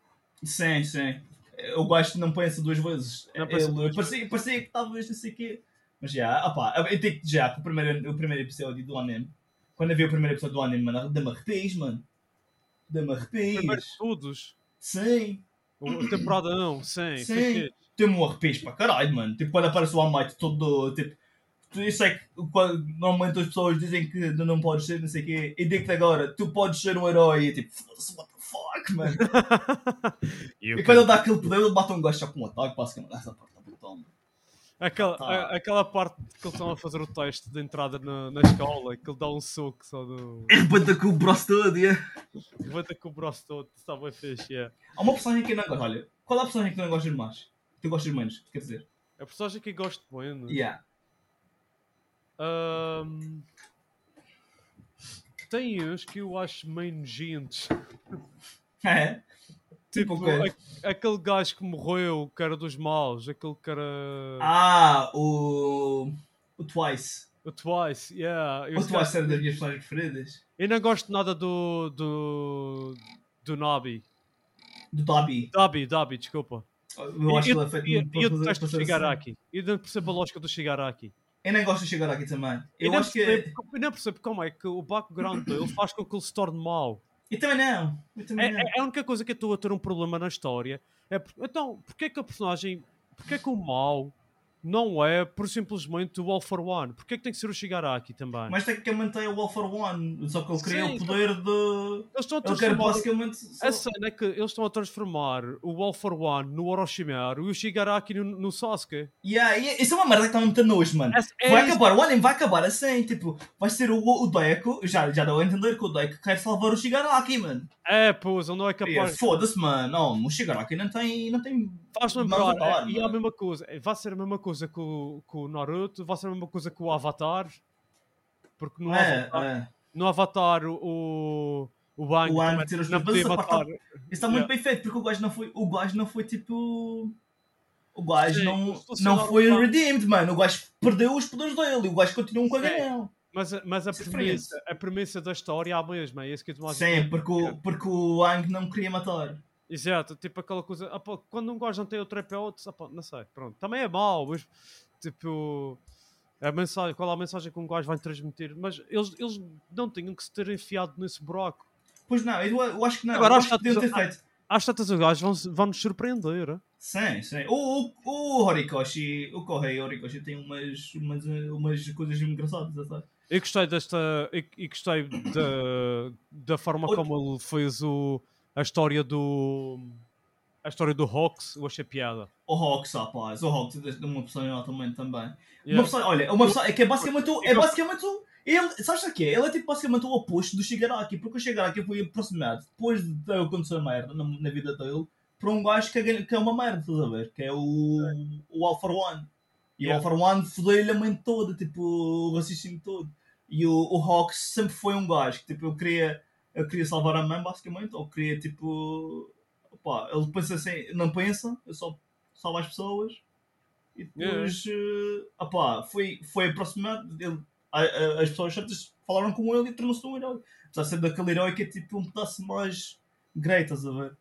[SPEAKER 2] Sim, sim. Eu gosto de não pensa duas vezes.
[SPEAKER 3] Não pensa
[SPEAKER 2] ele,
[SPEAKER 3] duas
[SPEAKER 2] parecia, parecia que talvez não sei o quê. Mas já, opá, eu tenho que já que o primeiro, o primeiro episódio do anime. Quando eu vi o primeiro episódio do anime, mano, dá-me arrepios, mano. Dá-me
[SPEAKER 3] Primeiro de
[SPEAKER 2] arrepios.
[SPEAKER 3] todos,
[SPEAKER 2] Sim.
[SPEAKER 3] o- a temporada não, sim,
[SPEAKER 2] Sim.
[SPEAKER 3] sei quê.
[SPEAKER 2] Tem um arrepios para caralho, mano. Tipo, quando aparece o All Might todo, tipo... tu- Eu sei que quando- normalmente as pessoas dizem que tu não podes ser, não sei o quê. E digo-te agora, tu podes ser um herói. E tipo, foda-se, what the fuck, mano. E quando ele dá aquele poder, ele bate um gajo só com um ataque, passa que mano, essa parte tá brutal. mano.
[SPEAKER 3] Aquela,
[SPEAKER 2] Tá.
[SPEAKER 3] a- aquela parte que eles estão a fazer o teste de entrada na, na escola, que ele dá um soco só do.
[SPEAKER 2] Arrebenta com o braço todo, yeah.
[SPEAKER 3] Levanta com o braço todo, está bem fixe, yeah.
[SPEAKER 2] Há uma personagem que eu não gosto, olha. Qual é a personagem que tu não gostas mais? Tu gostas menos, quer dizer?
[SPEAKER 3] É a personagem que eu gosto é? muito.
[SPEAKER 2] Yeah.
[SPEAKER 3] Ahm, Tem uns que eu acho meio nojentos.
[SPEAKER 2] É? Tipo
[SPEAKER 3] Tipo,
[SPEAKER 2] o quê?
[SPEAKER 3] a- aquele gajo que morreu, que era dos maus, aquele que era.
[SPEAKER 2] Ah, o. O Twice.
[SPEAKER 3] O Twice, yeah. Eu,
[SPEAKER 2] O Twice era das
[SPEAKER 3] é
[SPEAKER 2] minhas personagens preferidas.
[SPEAKER 3] eu não gosto nada do. do. do Nabi.
[SPEAKER 2] Do Dobby.
[SPEAKER 3] Dabi, Dabi, desculpa.
[SPEAKER 2] Eu acho que ele é feito
[SPEAKER 3] eu,
[SPEAKER 2] muito
[SPEAKER 3] eu, eu detesto o
[SPEAKER 2] ser assim.
[SPEAKER 3] Shigaraki. Eu não percebo a lógica do Shigaraki.
[SPEAKER 2] Eu nem gosto de chegar aqui também. Eu,
[SPEAKER 3] não
[SPEAKER 2] acho que. é-
[SPEAKER 3] percebo, eu não percebo como é que o background dele faz com que ele se torne mau.
[SPEAKER 2] Eu também não. Eu também
[SPEAKER 3] É,
[SPEAKER 2] não.
[SPEAKER 3] é- é a única coisa que eu estou a ter um problema na história. É por- então, porquê que a personagem. Porquê que o mau não é, por simplesmente, o All for One? Porquê que tem que ser o Shigaraki também?
[SPEAKER 2] Mas tecnicamente é o All for One. Só que ele cria
[SPEAKER 3] Sim,
[SPEAKER 2] o poder de.
[SPEAKER 3] eles estão a
[SPEAKER 2] Ele quer
[SPEAKER 3] transformar.
[SPEAKER 2] basicamente. só-
[SPEAKER 3] A cena é que eles estão a transformar o All for One no Orochimaru e o Shigaraki no, no Sasuke.
[SPEAKER 2] Yeah, e- isso é uma merda que está muito nojo, mano.
[SPEAKER 3] Essa- é
[SPEAKER 2] vai
[SPEAKER 3] isso.
[SPEAKER 2] acabar, o anime vai acabar assim, tipo, vai ser o, o Deco, já, já deu a entender que o Deco quer salvar o Shigaraki, mano.
[SPEAKER 3] É, pois, ele não é
[SPEAKER 2] Yeah,
[SPEAKER 3] capaz.
[SPEAKER 2] Foda-se, mano, não, o Shigaraki não tem, não tem...
[SPEAKER 3] Faz
[SPEAKER 2] Não,
[SPEAKER 3] lembrar,
[SPEAKER 2] não, não,
[SPEAKER 3] é, e é a
[SPEAKER 2] mano.
[SPEAKER 3] mesma coisa. É, Vai ser a mesma coisa com, o- com o Naruto, vai ser a mesma coisa com o Avatar. Porque no,
[SPEAKER 2] É,
[SPEAKER 3] Avatar,
[SPEAKER 2] é.
[SPEAKER 3] no Avatar o, o Wang,
[SPEAKER 2] O Wang
[SPEAKER 3] também
[SPEAKER 2] tira os
[SPEAKER 3] não podia
[SPEAKER 2] cabeça,
[SPEAKER 3] matar.
[SPEAKER 2] Isso está muito bem feito, porque o gajo não foi, o gajo não foi, tipo... O gajo
[SPEAKER 3] Sim,
[SPEAKER 2] não,
[SPEAKER 3] eles
[SPEAKER 2] não foi
[SPEAKER 3] funcionaram-
[SPEAKER 2] redeemed, mano, o gajo perdeu os poderes dele, e o gajo continua um cagalhão.
[SPEAKER 3] Mas, a- mas a,
[SPEAKER 2] Isso é
[SPEAKER 3] premissa, a premissa da história é a mesma, é isso que eu estou a dizer.
[SPEAKER 2] Sim, porque o, porque o Wang não queria matar.
[SPEAKER 3] Exato, tipo aquela coisa. ah, pá, quando um gajo não tem outra para outro, ah, pá, não sei, pronto. Também é mau, mas tipo. A mensagem, qual é a mensagem que um gajo vai transmitir? Mas eles, eles não tinham que se ter enfiado nesse buraco.
[SPEAKER 2] Pois não, eu, eu acho que não,
[SPEAKER 3] Agora,
[SPEAKER 2] eu
[SPEAKER 3] acho
[SPEAKER 2] acho que
[SPEAKER 3] que
[SPEAKER 2] podiam ter
[SPEAKER 3] está-
[SPEAKER 2] feito.
[SPEAKER 3] Às tantas o gajo vão, vão nos surpreender. eh?
[SPEAKER 2] Sim, sim. O, o, o Horikoshi, o Kohei Horikoshi tem umas, umas, eh, umas coisas engraçadas, até.
[SPEAKER 3] Eu gostei desta. Eu, eu gostei da, da forma
[SPEAKER 2] Outro-
[SPEAKER 3] como ele fez o, a história do. A história do Hawks, eu achei piada.
[SPEAKER 2] O Hawks, rapaz. O Hawks é de uma personalidade também. também. Uma
[SPEAKER 3] Yeah. Então-
[SPEAKER 2] pessoa, olha, uma pessoa, é que é basicamente o, é
[SPEAKER 3] Eu-
[SPEAKER 2] basicamente o, ele, sabes o que é? Ele é tipo basicamente o oposto do Shigaraki, porque o Shigaraki foi aproximado depois de acontecer merda na, na vida dele para um gajo que é, que é uma merda, estás a ver? Que é o, o Alpha One. E
[SPEAKER 3] Yeah.
[SPEAKER 2] o Alpha One fodeu-lhe a mente toda, tipo, o raciocínio todo. E o, o Hawks sempre foi um gajo que, tipo, eu queria, eu queria salvar a mãe, basicamente, ou queria, tipo, opá, ele pensa assim, não pensa, eu só salvo as pessoas. E depois, eh, opá, foi, foi aproximado dele. A- a- As pessoas certas falaram com ele e tornou-se um herói. Apesar de ser daquele herói que é tipo um pedaço mais great, estás a ver?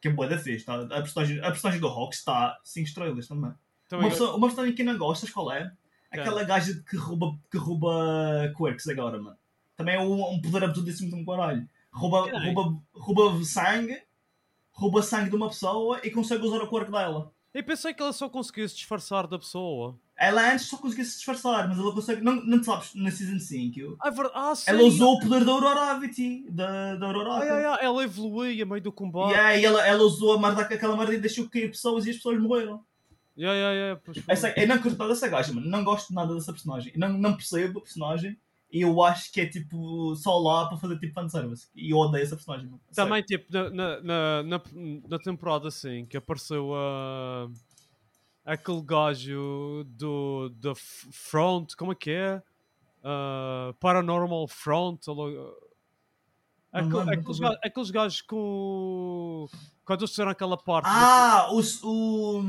[SPEAKER 2] Que é boa da fez, tá? a, personagem, a personagem do Hawks está 5 estrelas também.
[SPEAKER 3] Também
[SPEAKER 2] Uma
[SPEAKER 3] então eu-
[SPEAKER 2] pessoa, uma personagem que não gostas, qual é? Aquela gaja que rouba, que rouba quirks agora, mano. Também é um, um poder absurdíssimo de um caralho. Rouba,
[SPEAKER 3] Caralho.
[SPEAKER 2] rouba, rouba sangue, rouba sangue de uma pessoa e consegue usar o quirk dela.
[SPEAKER 3] eu pensei que ela só conseguisse disfarçar da pessoa.
[SPEAKER 2] Ela antes só conseguia se disfarçar, mas ela consegue. Não, não sabes, na Season 5,
[SPEAKER 3] Ah, é ver- ah, sim,
[SPEAKER 2] ela usou o poder da Auroravity. Da, da Aurora.
[SPEAKER 3] Ai, ai, ai, ela evoluía a meio do combate.
[SPEAKER 2] E aí ela, ela usou a merda, aquela merda e deixou cair pessoas e as pessoas morreram.
[SPEAKER 3] Yeah, yeah, yeah, pois foi.
[SPEAKER 2] Essa, eu não curto nada dessa gaja, mano. Não gosto nada dessa personagem. Não, não percebo a personagem. E eu acho que é tipo só lá para fazer tipo fanservice. E eu odeio essa personagem, mano. Sério.
[SPEAKER 3] Também, tipo, na, na, na, na, na temporada assim, que apareceu a. aquele gajo do. da F- Front, como é que é? Ah, Paranormal Front. ou logo-
[SPEAKER 2] Não
[SPEAKER 3] Aquele-
[SPEAKER 2] lembro,
[SPEAKER 3] aqueles,
[SPEAKER 2] não
[SPEAKER 3] ga- aqueles gajos com. quando eles fizeram aquela parte.
[SPEAKER 2] Ah, os, o.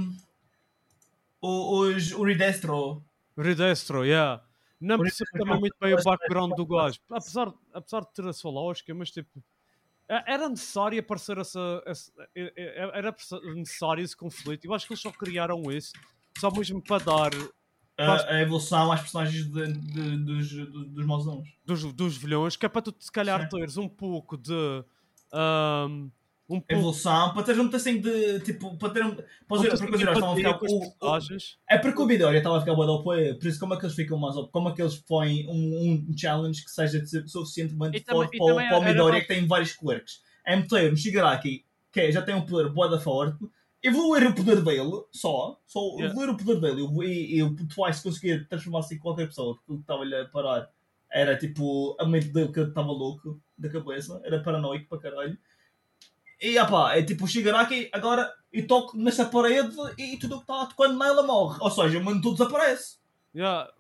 [SPEAKER 2] O, os, o Redestro.
[SPEAKER 3] Redestro, yeah. Não
[SPEAKER 2] Por isso
[SPEAKER 3] percebo
[SPEAKER 2] é que
[SPEAKER 3] também
[SPEAKER 2] eu
[SPEAKER 3] muito bem o
[SPEAKER 2] gosto
[SPEAKER 3] background
[SPEAKER 2] desta
[SPEAKER 3] do gajo. Apesar, apesar de ter a sua lógica, mas tipo. é- Era necessário aparecer essa. essa- é- é- era perso- necessário esse conflito. Eu acho que eles só criaram isso só mesmo para dar
[SPEAKER 2] a, a evolução às personagens de- de- dos, do- dos mauzãos.
[SPEAKER 3] dos, dos vilhões, que é para tu, se calhar, teres um pouco de. ahm, um
[SPEAKER 2] A
[SPEAKER 3] pouco
[SPEAKER 2] evolução, para teres um pedacinho de. Tipo, para ter um. Para os
[SPEAKER 3] de
[SPEAKER 2] heróis porque os heróis estavam a ficar.
[SPEAKER 3] empatia com as
[SPEAKER 2] assim, o- o-
[SPEAKER 3] personagens.
[SPEAKER 2] É porque o Midoriya estava a ficar boa de apoio, por isso como é que eles ficam mais op- Como é que eles põem um, um challenge que seja su- suficientemente
[SPEAKER 3] E também-
[SPEAKER 2] forte
[SPEAKER 3] e
[SPEAKER 2] para, o-
[SPEAKER 3] também
[SPEAKER 2] para o
[SPEAKER 3] era-
[SPEAKER 2] Midoriya que tem vários quirks. É meter o Shigaraki, que é- já tem um poder boa da forte, evoluir o poder dele, só, só
[SPEAKER 3] Yeah.
[SPEAKER 2] evoluir o poder dele e, e, e o Twice conseguir transformar-se em qualquer pessoa, porque o que estava-lhe a parar era tipo a mente dele que estava louco da cabeça, era paranoico para caralho. E opá, é tipo, chegar aqui agora e toco nesta parede e tudo o que está tocando nela morre. Ou seja, o mundo tudo desaparece.
[SPEAKER 3] Yeah.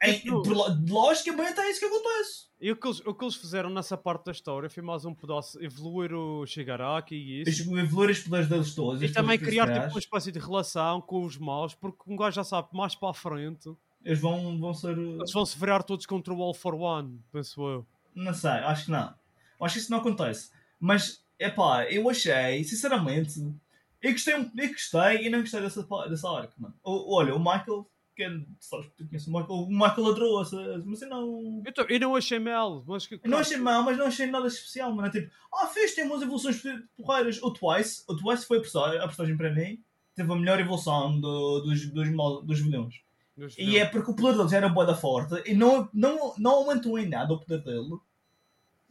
[SPEAKER 2] É,
[SPEAKER 3] Tipo-
[SPEAKER 2] por lo- logicamente é isso que acontece.
[SPEAKER 3] E o que, eles, o que eles fizeram nessa parte da história foi mais um pedaço evoluir o Shigaraki e isso.
[SPEAKER 2] Eles evoluir os poderes deles todos.
[SPEAKER 3] E
[SPEAKER 2] as
[SPEAKER 3] também
[SPEAKER 2] coisas
[SPEAKER 3] criar tipo,
[SPEAKER 2] principais,
[SPEAKER 3] uma espécie de relação com os maus, porque um gajo já sabe mais para a frente
[SPEAKER 2] Eles vão, vão ser. eh,
[SPEAKER 3] eles vão se virar todos contra o All for One, penso eu.
[SPEAKER 2] Não sei, acho que não. Acho que isso não acontece. Mas, epá, eu achei, sinceramente, eu gostei, um- eu gostei e não gostei dessa, pa- dessa arca, mano. O- olha, o Michael, que é, sabes que tu conheces o Michael, o Michael adorou essa, mas eu não.
[SPEAKER 3] Então, eu não achei mal, mas que.
[SPEAKER 2] Eu não achei mal, mas não achei nada especial, mano. É tipo, ah, fiz, tem umas evoluções porreiras. O Twice, o Twice foi a personagem, a personagem para mim, teve a melhor evolução do- dos, dos, mal- dos vilões.
[SPEAKER 3] Deus
[SPEAKER 2] E é porque o poder deles era boa da forte e não, não, não aumentou em nada o poder dele.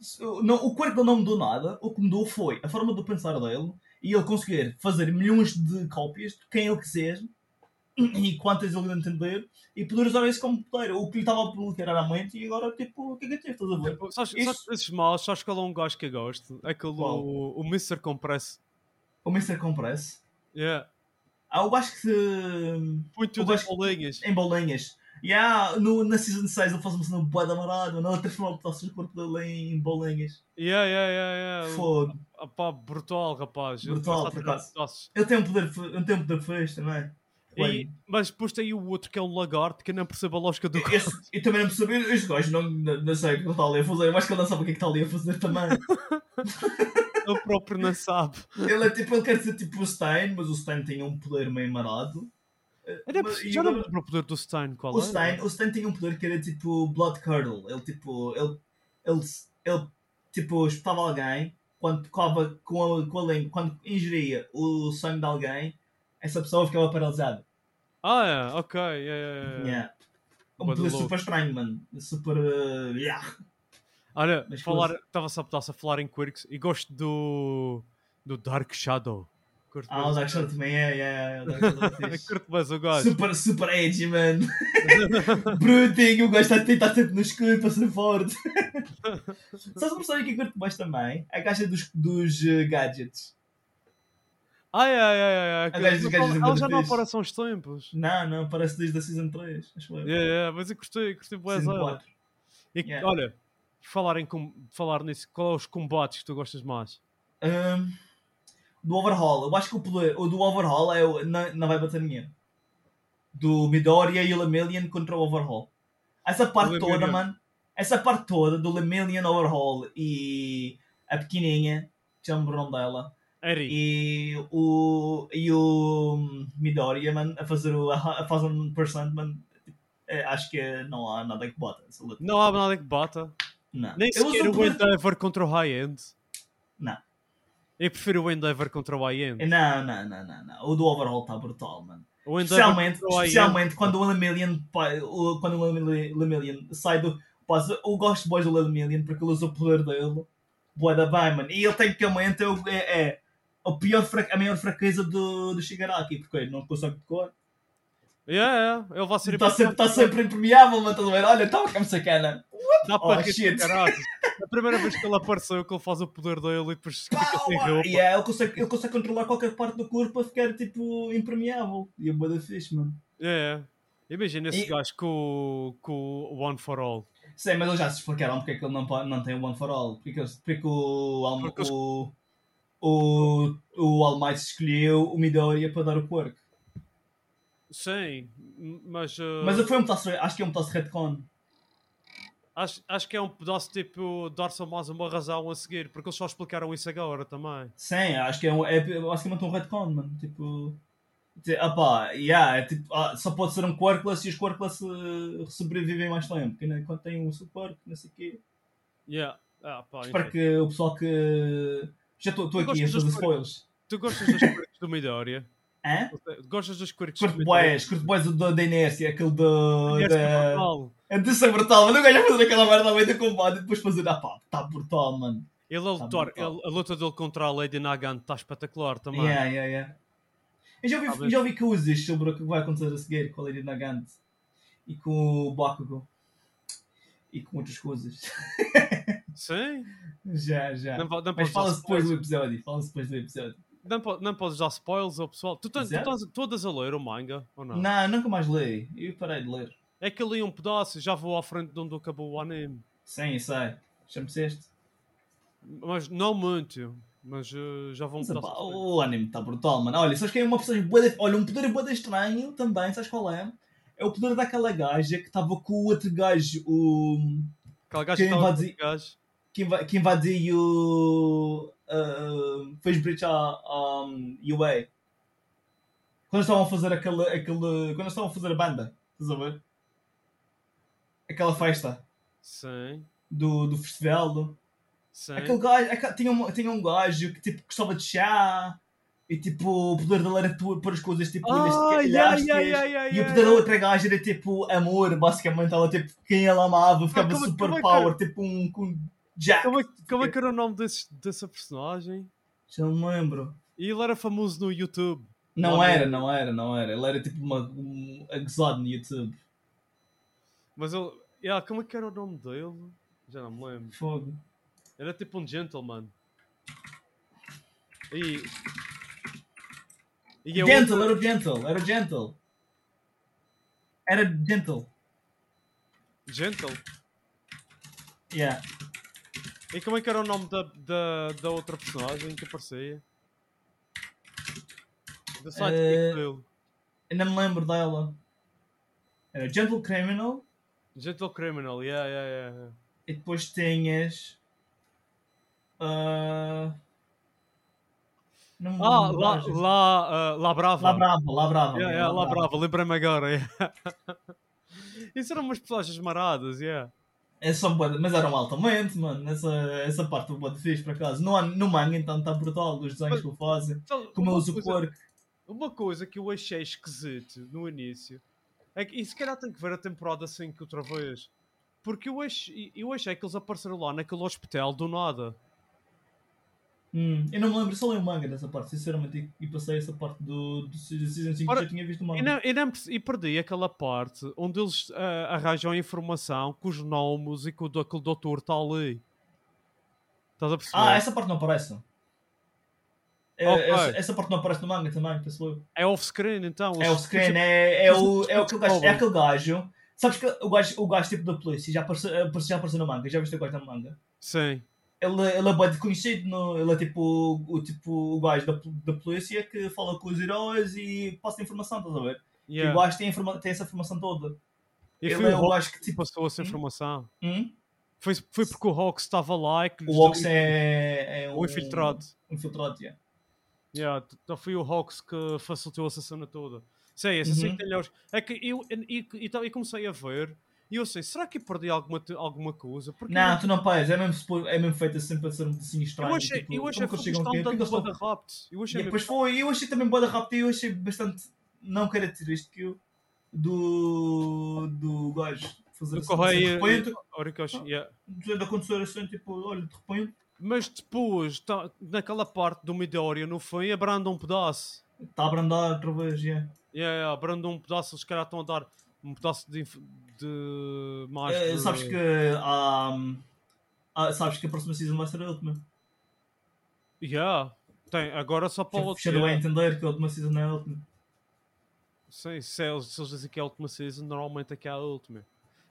[SPEAKER 2] Se- Não, o corpo dele não mudou nada. O que mudou foi a forma de pensar dele e ele conseguir fazer milhões de cópias de quem ele quiser e quantas ele entender e poder usar isso como poder. O que lhe estava a bloquear era a mente e agora tipo, o que é que teve? Estás a ver?
[SPEAKER 3] Tipo, Sabes,
[SPEAKER 2] Isso-
[SPEAKER 3] sabes esses maus, sabes qual é um gajo que eu gosto? Aquele,
[SPEAKER 2] Qual?
[SPEAKER 3] o, o Mr. Compress.
[SPEAKER 2] O Mr. Compress.
[SPEAKER 3] Yeah.
[SPEAKER 2] Ah, eu acho que se-
[SPEAKER 3] Põe tudo
[SPEAKER 2] O
[SPEAKER 3] em
[SPEAKER 2] gajo-
[SPEAKER 3] bolinhas.
[SPEAKER 2] em bolinhas. E há- no, na Season 6 ele faz uma cena boa da marada, não ele transforma o pedaço do corpo dele em bolinhas.
[SPEAKER 3] Yeah, yeah, yeah, yeah.
[SPEAKER 2] Fogo.
[SPEAKER 3] Ah, pá, brutal, rapaz. Ele
[SPEAKER 2] Brutal,
[SPEAKER 3] passa a
[SPEAKER 2] por
[SPEAKER 3] tirar
[SPEAKER 2] acaso.
[SPEAKER 3] pedaços.
[SPEAKER 2] Ele tem um poder, fe- ele tem um poder fez também.
[SPEAKER 3] E, mas depois tem o outro que é um lagarto que eu não percebo a lógica do
[SPEAKER 2] Esse, eu também não percebi, este gajo não, não, não sei o que ele está ali a fazer, eu acho que ele não sabe o que é que está ali a fazer também.
[SPEAKER 3] ele próprio não sabe.
[SPEAKER 2] ele é tipo, ele quer ser tipo o Stein, mas o Stein tem um poder meio marado. Eh,
[SPEAKER 3] Eu não
[SPEAKER 2] Mas-
[SPEAKER 3] perce-
[SPEAKER 2] e
[SPEAKER 3] é já não me
[SPEAKER 2] agora-
[SPEAKER 3] lembro o poder do Stein, qual
[SPEAKER 2] O
[SPEAKER 3] é?
[SPEAKER 2] Stein, o Stein tem um poder que era tipo Blood Curdle, ele tipo, ele, ele, ele tipo espetava alguém, quando tocava com a, com a língua, quando ingeria o sangue de alguém, essa pessoa ficava paralisada.
[SPEAKER 3] Ah, é, ok. yeah, yeah, yeah.
[SPEAKER 2] Yeah. Um
[SPEAKER 3] Bué de
[SPEAKER 2] poder
[SPEAKER 3] louco.
[SPEAKER 2] super estranho, mano. Super. eh, yeah.
[SPEAKER 3] Olha,
[SPEAKER 2] Mas
[SPEAKER 3] falar, estava só a falar em quirks e gosto do, do Dark Shadow. Curto
[SPEAKER 2] Ah, o
[SPEAKER 3] mais-
[SPEAKER 2] Dark Shadow também é, é, é. o Dark Shadow é fixe.
[SPEAKER 3] Curto mais o gajo.
[SPEAKER 2] Super, super edgy, mano. Brutinho, o gajo está a tentar sempre no escuro para ser forte. Só se percebe que eu curto mais também é a caixa dos, dos eh, gadgets.
[SPEAKER 3] Ai, ai, ai, ai, ai.
[SPEAKER 2] Os gajos- os gajos
[SPEAKER 3] Ela já não
[SPEAKER 2] invertidos.
[SPEAKER 3] aparece há uns tempos.
[SPEAKER 2] Não, não, parece desde a Season 3, acho eu.
[SPEAKER 3] Yeah, yeah, mas eu gostei, gostei boas
[SPEAKER 2] Season
[SPEAKER 3] dela.
[SPEAKER 2] 4.
[SPEAKER 3] E
[SPEAKER 2] Yeah.
[SPEAKER 3] olha, falar, em com- falar nisso, qual é os combates que tu gostas mais?
[SPEAKER 2] Ahm, do Overhaul, eu acho que o poder, o do Overhaul é o, não, não vai bater ninguém. Do Midoriya e o Lamillion contra o Overhaul. Essa parte
[SPEAKER 3] O
[SPEAKER 2] toda,
[SPEAKER 3] Lamillion.
[SPEAKER 2] mano. Essa parte toda do Lamillion Overhaul e a pequenininha, que já me lembro o nome dela,
[SPEAKER 3] Eri.
[SPEAKER 2] e o, e o Midoriya, mano, a fazer o a Thousand Percent, mano. eh, Acho que não há nada que bota essa luta.
[SPEAKER 3] Não há nada que bata.
[SPEAKER 2] Não.
[SPEAKER 3] Nem
[SPEAKER 2] Eu uso
[SPEAKER 3] sequer
[SPEAKER 2] o
[SPEAKER 3] o
[SPEAKER 2] poder-
[SPEAKER 3] Endeavor contra o High End.
[SPEAKER 2] Não.
[SPEAKER 3] Eu prefiro o Endeavor contra o High End.
[SPEAKER 2] Não, não, não, não, não. O do Overhaul está brutal, mano.
[SPEAKER 3] O é Endeavor
[SPEAKER 2] Especialmente,
[SPEAKER 3] contra o High End.
[SPEAKER 2] especialmente quando o Lamillion, pa- o- quando o Lamilli- Lamillion sai do. Passa, eu gosto boys do Lamillion porque ele usa o poder dele. Boa da bem, mano. E ele tecnicamente é, o- é, é a, pior fraque- a maior fraqueza do, do Shigaraki, porque ele não consegue decorar.
[SPEAKER 3] Yeah, yeah. Ele vai ser
[SPEAKER 2] Está sempre, tá sempre impermeável, mano. Estás a ver? Olha, toma cá, me sacana.
[SPEAKER 3] Dá
[SPEAKER 2] Oh,
[SPEAKER 3] para rir
[SPEAKER 2] shit.
[SPEAKER 3] para caralho. A primeira vez que ele apareceu, que ele faz o poder dele e depois fica sem
[SPEAKER 2] Power!
[SPEAKER 3] roupa.
[SPEAKER 2] E é, ele, consegue, ele consegue controlar qualquer parte do corpo para ficar tipo impermeável. E é boa da fixe, mano.
[SPEAKER 3] É. Imagina esse
[SPEAKER 2] E-
[SPEAKER 3] gajo com, o- com o One for All.
[SPEAKER 2] Sim, mas eles já se explicaram porque é que ele não, po- não tem o One for All. Porque, eles- porque o, Al-
[SPEAKER 3] Porque eles-
[SPEAKER 2] o, o, o All Might escolheu o Midoriya para dar o porco.
[SPEAKER 3] Sim, eh, m- mas. uh,
[SPEAKER 2] Mas foi um pedaço, acho que é um pedaço de retcon.
[SPEAKER 3] Acho, acho que é um pedaço tipo dar-se a mais uma razão a seguir, porque eles só explicaram isso agora também.
[SPEAKER 2] Sim, acho que é, um, é basicamente um retcon, mano. Tipo. te- Ah pá, yeah, é tipo, ah, só pode ser um Quirkless e os Quirkless eh, sobrevivem mais tempo. Porque, né, quando tem um suporte, não sei o quê.
[SPEAKER 3] Yeah. Ah, pá,
[SPEAKER 2] Espero
[SPEAKER 3] enfim.
[SPEAKER 2] que o pessoal que. Já estou estou
[SPEAKER 3] Eu
[SPEAKER 2] aqui a
[SPEAKER 3] gosto dos
[SPEAKER 2] fazer spoilers.
[SPEAKER 3] Tu gostas dos quirks do Midoriya?
[SPEAKER 2] Hã?
[SPEAKER 3] Gostas dos quirks do é
[SPEAKER 2] Curto
[SPEAKER 3] Midoriya?
[SPEAKER 2] boés, curto boés da da inércia, é aquele do.
[SPEAKER 3] Yes,
[SPEAKER 2] da-
[SPEAKER 3] brutal.
[SPEAKER 2] É de ser brutal, mas não ganha fazer aquela merda ao meio do combate e depois fazer, ah pá, tá brutal, mano.
[SPEAKER 3] Ele a,
[SPEAKER 2] Tá
[SPEAKER 3] lutar,
[SPEAKER 2] brutal.
[SPEAKER 3] ele- a luta dele contra a Lady Nagant está espetacular também.
[SPEAKER 2] Yeah, yeah, yeah. Eu já ouvi,
[SPEAKER 3] Talvez.
[SPEAKER 2] já ouvi coisas sobre o que vai acontecer a seguir com a Lady Nagant e com o Bakugo e com outras coisas.
[SPEAKER 3] Sim?
[SPEAKER 2] já, já.
[SPEAKER 3] Não, po- não
[SPEAKER 2] Mas
[SPEAKER 3] podes dar
[SPEAKER 2] fala-se depois do
[SPEAKER 3] spoilers.
[SPEAKER 2] episódio, fala-se depois do episódio.
[SPEAKER 3] Não, po- não podes dar spoilers ao pessoal. Tu, tens, tu
[SPEAKER 2] Zero.
[SPEAKER 3] estás todas a ler o manga ou não?
[SPEAKER 2] Não. nunca mais leio. Eu parei de ler.
[SPEAKER 3] É que eu li um pedaço e já vou à frente de onde acabou o anime.
[SPEAKER 2] Sim, eu sei. Já me disseste.
[SPEAKER 3] Mas não muito. Mas eh, já vou um
[SPEAKER 2] Mas,
[SPEAKER 3] pedaço.
[SPEAKER 2] epá,
[SPEAKER 3] à frente.
[SPEAKER 2] o anime está brutal, mano. Olha, sabes que é uma pessoa. bué de- Olha, um poder boa estranho também, sabes qual é? É o poder daquela gaja que estava com o outro gajo, o.
[SPEAKER 3] Aquele
[SPEAKER 2] quem
[SPEAKER 3] gajo que estava
[SPEAKER 2] vai dizer-
[SPEAKER 3] com o gajo.
[SPEAKER 2] que, inva- que invadiu. ah, fez breach à, à UA. Quando estavam a fazer aquele, aquele. Quando estavam a fazer a banda, estás a ver? Aquela festa
[SPEAKER 3] Sim,
[SPEAKER 2] do, do festival. do-
[SPEAKER 3] sim.
[SPEAKER 2] Aquele gajo. aquela- tinha, um, tinha um gajo que tipo gostava de chá. E tipo, o poder dele era tu- pôr as coisas tipo.
[SPEAKER 3] Ah,
[SPEAKER 2] elásticas,
[SPEAKER 3] yeah, yeah, yeah, yeah,
[SPEAKER 2] E o
[SPEAKER 3] yeah,
[SPEAKER 2] poder da
[SPEAKER 3] yeah.
[SPEAKER 2] outra gaja era tipo amor, basicamente. Ela tipo, quem ela amava ficava
[SPEAKER 3] como-
[SPEAKER 2] super
[SPEAKER 3] como é que-
[SPEAKER 2] power, tipo um, um Jack.
[SPEAKER 3] Como é, como é que era o nome desse, dessa personagem?
[SPEAKER 2] Já não me lembro.
[SPEAKER 3] E ele era famoso no YouTube.
[SPEAKER 2] Não
[SPEAKER 3] Não
[SPEAKER 2] era,
[SPEAKER 3] lembro.
[SPEAKER 2] não era, não era. Ele era tipo uma, um exódio no YouTube.
[SPEAKER 3] Mas ele. Yeah, como é que era o nome dele? Já não me lembro.
[SPEAKER 2] Fogo.
[SPEAKER 3] Era tipo um gentleman. E. E é eu-
[SPEAKER 2] gentle, era o Gentle, era o Gentle. Era Gentle.
[SPEAKER 3] Gentle?
[SPEAKER 2] Yeah.
[SPEAKER 3] E como é que era o nome da, da, da outra personagem que aparecia? Da sidekick
[SPEAKER 2] Eh,
[SPEAKER 3] dele.
[SPEAKER 2] Eu não me lembro dela. Era Gentle Criminal
[SPEAKER 3] Gentle Criminal, yeah, yeah, yeah, yeah.
[SPEAKER 2] e depois tinhas. ah, Não me
[SPEAKER 3] Ah,
[SPEAKER 2] lembro
[SPEAKER 3] lá,
[SPEAKER 2] da gaja.
[SPEAKER 3] lá, ah, lá Brava.
[SPEAKER 2] Lá Brava, lá Brava.
[SPEAKER 3] Yeah, yeah, lá Brava, lembrei-me agora. yeah. Isso eram umas personagens maradas, yeah.
[SPEAKER 2] É só bué de- mas eram altamente, mano. Essa, essa parte do de fixe, por acaso. No, an- no manga, então, está brutal. Os desenhos que o fazem.
[SPEAKER 3] Então,
[SPEAKER 2] Como
[SPEAKER 3] uma
[SPEAKER 2] eles o
[SPEAKER 3] coisa-
[SPEAKER 2] porco.
[SPEAKER 3] Uma coisa que eu achei esquisito no início é que, e se calhar tem que ver a temporada 5 outra vez, porque eu achei, eu achei que eles apareceram lá naquele hospital do nada.
[SPEAKER 2] Hum, eu não me lembro, só li o manga dessa parte, sinceramente, e- e passei essa parte do, do Se- Season 5
[SPEAKER 3] Ora,
[SPEAKER 2] que já tinha visto o
[SPEAKER 3] E,
[SPEAKER 2] manga.
[SPEAKER 3] não, e, não perce- e perdi aquela parte onde eles ah, arranjam a informação com os nomes e que o do- aquele doutor está ali. Estás a perceber?
[SPEAKER 2] Ah, essa parte não aparece. É,
[SPEAKER 3] Ok.
[SPEAKER 2] essa, essa parte não aparece no manga também, penso eu.
[SPEAKER 3] É off-screen então.
[SPEAKER 2] É
[SPEAKER 3] eles-
[SPEAKER 2] o screen, é, é,
[SPEAKER 3] eles-
[SPEAKER 2] o, é, o, aquele gajo, é
[SPEAKER 3] descobrem.
[SPEAKER 2] aquele gajo. Sabes que o gajo, o gajo tipo da polícia já apareceu, apareceu- já apareceu no manga, já viste o gajo no manga?
[SPEAKER 3] Sim.
[SPEAKER 2] Ele, ele é bem conhecido, no, ele é tipo o- o, tipo o gajo da, pol- da polícia que fala com os heróis e passa informação, estás a ver? E o
[SPEAKER 3] Yeah.
[SPEAKER 2] gajo tem, a informa- tem essa informação toda.
[SPEAKER 3] E
[SPEAKER 2] ele
[SPEAKER 3] foi
[SPEAKER 2] é
[SPEAKER 3] o
[SPEAKER 2] o
[SPEAKER 3] Hawks
[SPEAKER 2] gajo que
[SPEAKER 3] que
[SPEAKER 2] tipo.
[SPEAKER 3] passou essa
[SPEAKER 2] Hum?
[SPEAKER 3] informação.
[SPEAKER 2] Hum?
[SPEAKER 3] Foi, foi porque o Hawks estava lá e que lhes
[SPEAKER 2] O Ox
[SPEAKER 3] deu
[SPEAKER 2] é, é um
[SPEAKER 3] o infiltrado.
[SPEAKER 2] um infiltrado, yeah.
[SPEAKER 3] Yeah, t- então foi o Hawks que facilitou a cena toda. Sei, essa
[SPEAKER 2] Uhum.
[SPEAKER 3] uhum. milhões. É que eu, e, e, então eu comecei a ver e eu sei, será que eu perdi alguma, te- alguma coisa? Porque
[SPEAKER 2] Não, tu não pares, é mesmo, supo- é mesmo feito assim para ser um assim
[SPEAKER 3] eu,
[SPEAKER 2] estranho.
[SPEAKER 3] eu achei,
[SPEAKER 2] tipo,
[SPEAKER 3] eu achei
[SPEAKER 2] como que
[SPEAKER 3] que foi
[SPEAKER 2] eles chegam aqui?
[SPEAKER 3] um
[SPEAKER 2] Porque
[SPEAKER 3] tanto
[SPEAKER 2] eles
[SPEAKER 3] de
[SPEAKER 2] estão-
[SPEAKER 3] Boda Rapt. Eu achei
[SPEAKER 2] E
[SPEAKER 3] mesmo.
[SPEAKER 2] depois foi, eu achei também boa da rápida e eu achei bastante não característico do, do gajo fazer assim, assim,
[SPEAKER 3] Do
[SPEAKER 2] de
[SPEAKER 3] Correia.
[SPEAKER 2] repente,
[SPEAKER 3] Horikoshi, yeah.
[SPEAKER 2] de acontecer assim, tipo, olha, de repente,
[SPEAKER 3] Mas depois, tá- naquela parte do Midoriya no fim, abrandam um pedaço.
[SPEAKER 2] está a brandar outra vez, yeah.
[SPEAKER 3] Yeah, yeah, abrandam um pedaço, eles se calhar estão a dar um pedaço de. inf- de mais
[SPEAKER 2] Eh,
[SPEAKER 3] de-
[SPEAKER 2] sabes que há, há- sabes que a próxima season vai ser a última.
[SPEAKER 3] Yeah. Tem, agora só para o outro.
[SPEAKER 2] Já deu Tipo, a entender que a última season é a última.
[SPEAKER 3] Sim, se eles, se eles dizem que é a última season, normalmente é que é a última.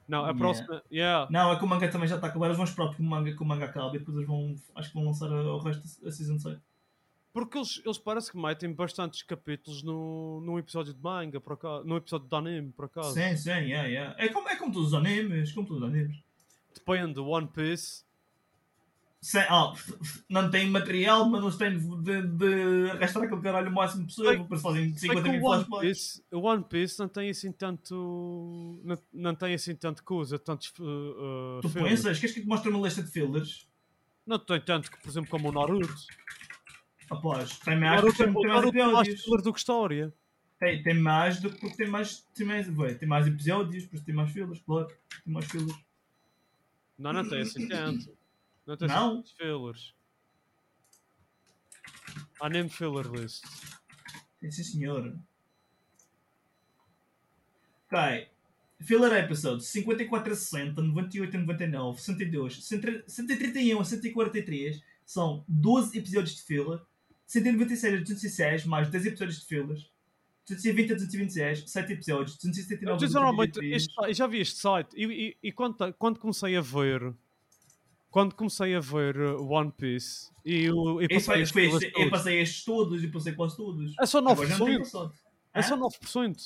[SPEAKER 3] Não, a
[SPEAKER 2] Yeah.
[SPEAKER 3] próxima. Yeah.
[SPEAKER 2] Não, é que o manga também já está a acabar. Eles vão esperar porque o manga, que o manga acaba e depois eles vão. Acho que vão lançar a- o resto da Season 6.
[SPEAKER 3] Porque eles, eles parece que metem bastantes capítulos no, num episódio de manga, por acaso, num episódio de anime, por acaso.
[SPEAKER 2] Sim, sim, yeah, yeah. É como, é como todos os animes, como todos os animes.
[SPEAKER 3] depende, One Piece.
[SPEAKER 2] Sem, ah, não tem material, mas eles têm de, de arrastar aquele caralho o máximo possível para fazem
[SPEAKER 3] Sei que
[SPEAKER 2] 50 mil
[SPEAKER 3] o One
[SPEAKER 2] flashbacks.
[SPEAKER 3] Piece, o One Piece não tem assim tanto. Não, não tem assim tanto coisa, tantos. uh, uh,
[SPEAKER 2] Tu
[SPEAKER 3] filmes.
[SPEAKER 2] pensas? Queres que eu te mostre uma lista de fillers?
[SPEAKER 3] Não tem tanto, que, por exemplo, como o Naruto.
[SPEAKER 2] Rapaz, tem mais
[SPEAKER 3] Naruto,
[SPEAKER 2] porque tem, tem
[SPEAKER 3] o
[SPEAKER 2] mais
[SPEAKER 3] Naruto é mais
[SPEAKER 2] episódios.
[SPEAKER 3] filler do que história.
[SPEAKER 2] Tem, tem mais do que porque tem mais, tem mais, bem, tem mais episódios, por isso tem mais fillers, claro. Tem mais fillers.
[SPEAKER 3] Não, não tem assim tanto. Não tem
[SPEAKER 2] Não?
[SPEAKER 3] assim tantos fillers. Anime filler list.
[SPEAKER 2] Tem sim senhor. Ok. Filler episodes 54 a 60, 98 a 99, 62, 131 a 143 são 12 episódios de filler, 196 a 206 mais 10 episódios de fillers, 220 a 226, 7 episódios, 279 a
[SPEAKER 3] Eu, sinceramente,
[SPEAKER 2] 283.
[SPEAKER 3] isto- eu já vi este site e, e- e quando, quando comecei a ver. Quando comecei a ver uh, One Piece e, o- e
[SPEAKER 2] Eu
[SPEAKER 3] passei
[SPEAKER 2] passei,
[SPEAKER 3] as filas
[SPEAKER 2] estes, eu
[SPEAKER 3] todas,
[SPEAKER 2] passei estes todos e passei quase todos.
[SPEAKER 3] É só 9%.
[SPEAKER 2] Agora já não tenho passado.
[SPEAKER 3] é só
[SPEAKER 2] Hã?
[SPEAKER 3] 9%.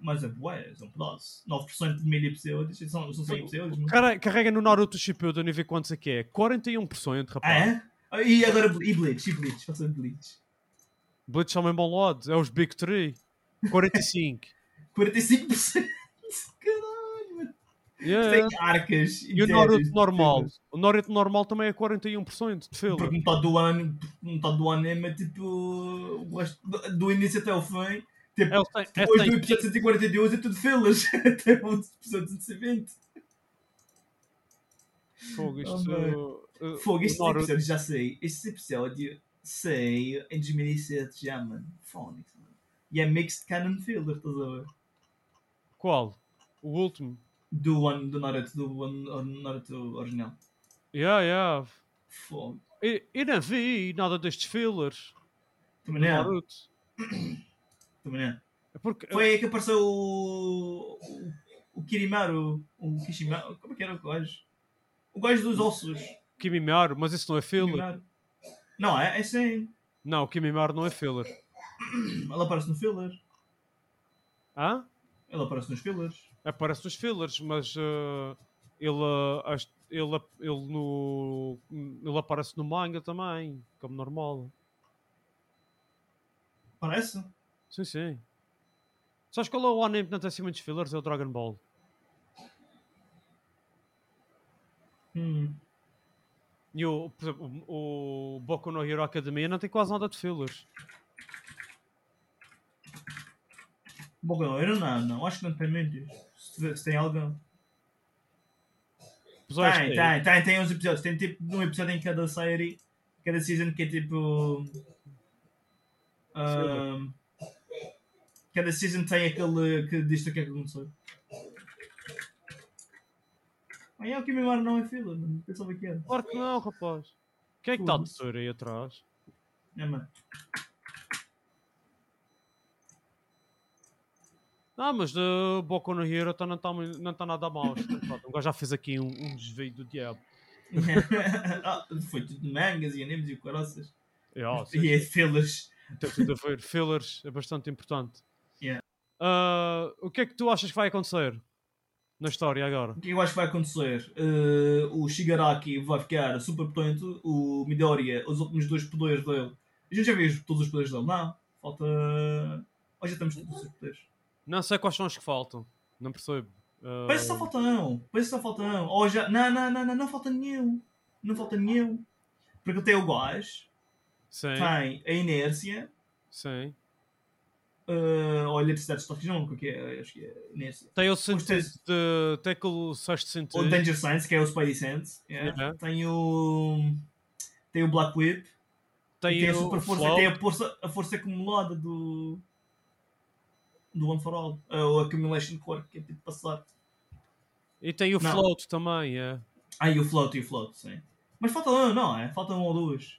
[SPEAKER 2] Mas é bué, são pedaços. 9% de mil episódios, são, são 100 episódios. mas-
[SPEAKER 3] Cara, carrega no Naruto Shippuden e vê quantos é que é. 41%, rapaz.
[SPEAKER 2] Ah, é? E agora Ble- e Bleach, e Bleach, passando Bleach.
[SPEAKER 3] Blitz são em bom lado. É os Big 3. 45.
[SPEAKER 2] 45%. Caralho, mano.
[SPEAKER 3] yeah.
[SPEAKER 2] Tem arcas.
[SPEAKER 3] E o
[SPEAKER 2] inteiras
[SPEAKER 3] Naruto
[SPEAKER 2] de
[SPEAKER 3] normal.
[SPEAKER 2] fillers.
[SPEAKER 3] O Naruto normal também é 41% de filler.
[SPEAKER 2] Porque metade do ano, metade do anime é tipo. O resto, do, do início até o fim. Tipo,
[SPEAKER 3] Eles têm- eles
[SPEAKER 2] depois
[SPEAKER 3] têm
[SPEAKER 2] do episódio 142 é tudo fillers. Até o episódio 120.
[SPEAKER 3] Fogo, isto.
[SPEAKER 2] Oh,
[SPEAKER 3] uh,
[SPEAKER 2] Fogo, este
[SPEAKER 3] o Naruto-
[SPEAKER 2] episódio já sei. Este episódio saiu em 2007 já, mano. Phonics, mano. E é mixed canon filler, estás a ver?
[SPEAKER 3] Qual? O último.
[SPEAKER 2] Do one do Naruto, do one or- Naruto original.
[SPEAKER 3] Yeah, yeah.
[SPEAKER 2] Fogo.
[SPEAKER 3] E, e não vi nada destes fillers.
[SPEAKER 2] Também
[SPEAKER 3] do
[SPEAKER 2] não, é?
[SPEAKER 3] Naruto.
[SPEAKER 2] também não.
[SPEAKER 3] É Porque,
[SPEAKER 2] Foi aí que apareceu o. o- O Kirimaru, o Kishimaru. Como é que era o gajo? O gajo dos ossos.
[SPEAKER 3] Kimimaro, mas isso não é filler.
[SPEAKER 2] Kirimaru. Não, é, é sim.
[SPEAKER 3] Não, o Kimimaro não é filler.
[SPEAKER 2] Ele aparece no filler.
[SPEAKER 3] Hã?
[SPEAKER 2] Ele aparece nos fillers.
[SPEAKER 3] Aparece nos É, fillers, mas eh, ele, eh, acho- ele, ele, no, ele aparece no manga também, como normal.
[SPEAKER 2] Aparece?
[SPEAKER 3] Sim, sim. Sabes qual é o anime que não tem assim muitos fillers? É o Dragon Ball.
[SPEAKER 2] Hum.
[SPEAKER 3] E o, por exemplo, o, o Boku no Hero Academia não tem quase nada de fillers.
[SPEAKER 2] Bom, não, eu não, não, acho que não tem muito. Se, tiver- se tem algum.
[SPEAKER 3] Apesar de
[SPEAKER 2] Tem,
[SPEAKER 3] ter-
[SPEAKER 2] tem, tem, tem uns episódios. Tem tipo um episódio em cada série, cada season que é tipo. ahm, cada season tem aquele que diz o que é que aconteceu. Ah, é o que me não é fila, mano. Pensava que era.
[SPEAKER 3] Claro que não, rapaz. Quem é que
[SPEAKER 2] Uhum.
[SPEAKER 3] está de tesouro aí atrás?
[SPEAKER 2] É, mano.
[SPEAKER 3] Não, Ah, mas de Boku no Hero tá- não está não tá nada mal. O gajo já fez aqui um, um desvio do diabo.
[SPEAKER 2] ah, foi tudo mangas e animes e caraças.
[SPEAKER 3] É, ó, sim,
[SPEAKER 2] E é filas.
[SPEAKER 3] tem tudo a ver. Fillers é bastante importante.
[SPEAKER 2] Yeah.
[SPEAKER 3] Ah, o que é que tu achas que vai acontecer na história agora?
[SPEAKER 2] O que eu acho que vai acontecer? Eh, o Shigaraki vai ficar super potente, o Midoriya, os últimos dois poderes dele. A gente já viu todos os poderes dele, não? Falta. Hoje já temos todos os poderes.
[SPEAKER 3] Não sei quais são os que faltam. Não percebo. Ah,
[SPEAKER 2] Parece que só falta um, parece que só falta um. Ou já. Não, não, não, não, não falta nenhum. Não falta nenhum. Porque tem o gás,
[SPEAKER 3] sim,
[SPEAKER 2] tem a inércia,
[SPEAKER 3] sim.
[SPEAKER 2] eh, ou a eletricidade de toque, não, que é, acho que é inércia.
[SPEAKER 3] Tem o sentido de. Tem aquele sexto sentido.
[SPEAKER 2] O Danger Science, que é o Spidey Sense. yeah.
[SPEAKER 3] Uhum.
[SPEAKER 2] Tem o. Tem o Black Whip. E tem a super força,
[SPEAKER 3] flow.
[SPEAKER 2] tem a força, a força acumulada do. do One for All. eh, Ou Accumulation Core, que é tipo passar.
[SPEAKER 3] E tem o
[SPEAKER 2] Não.
[SPEAKER 3] float também, é.
[SPEAKER 2] Ah, e o Float, e o Float, sim. Mas falta um, não, é? Falta um ou dois.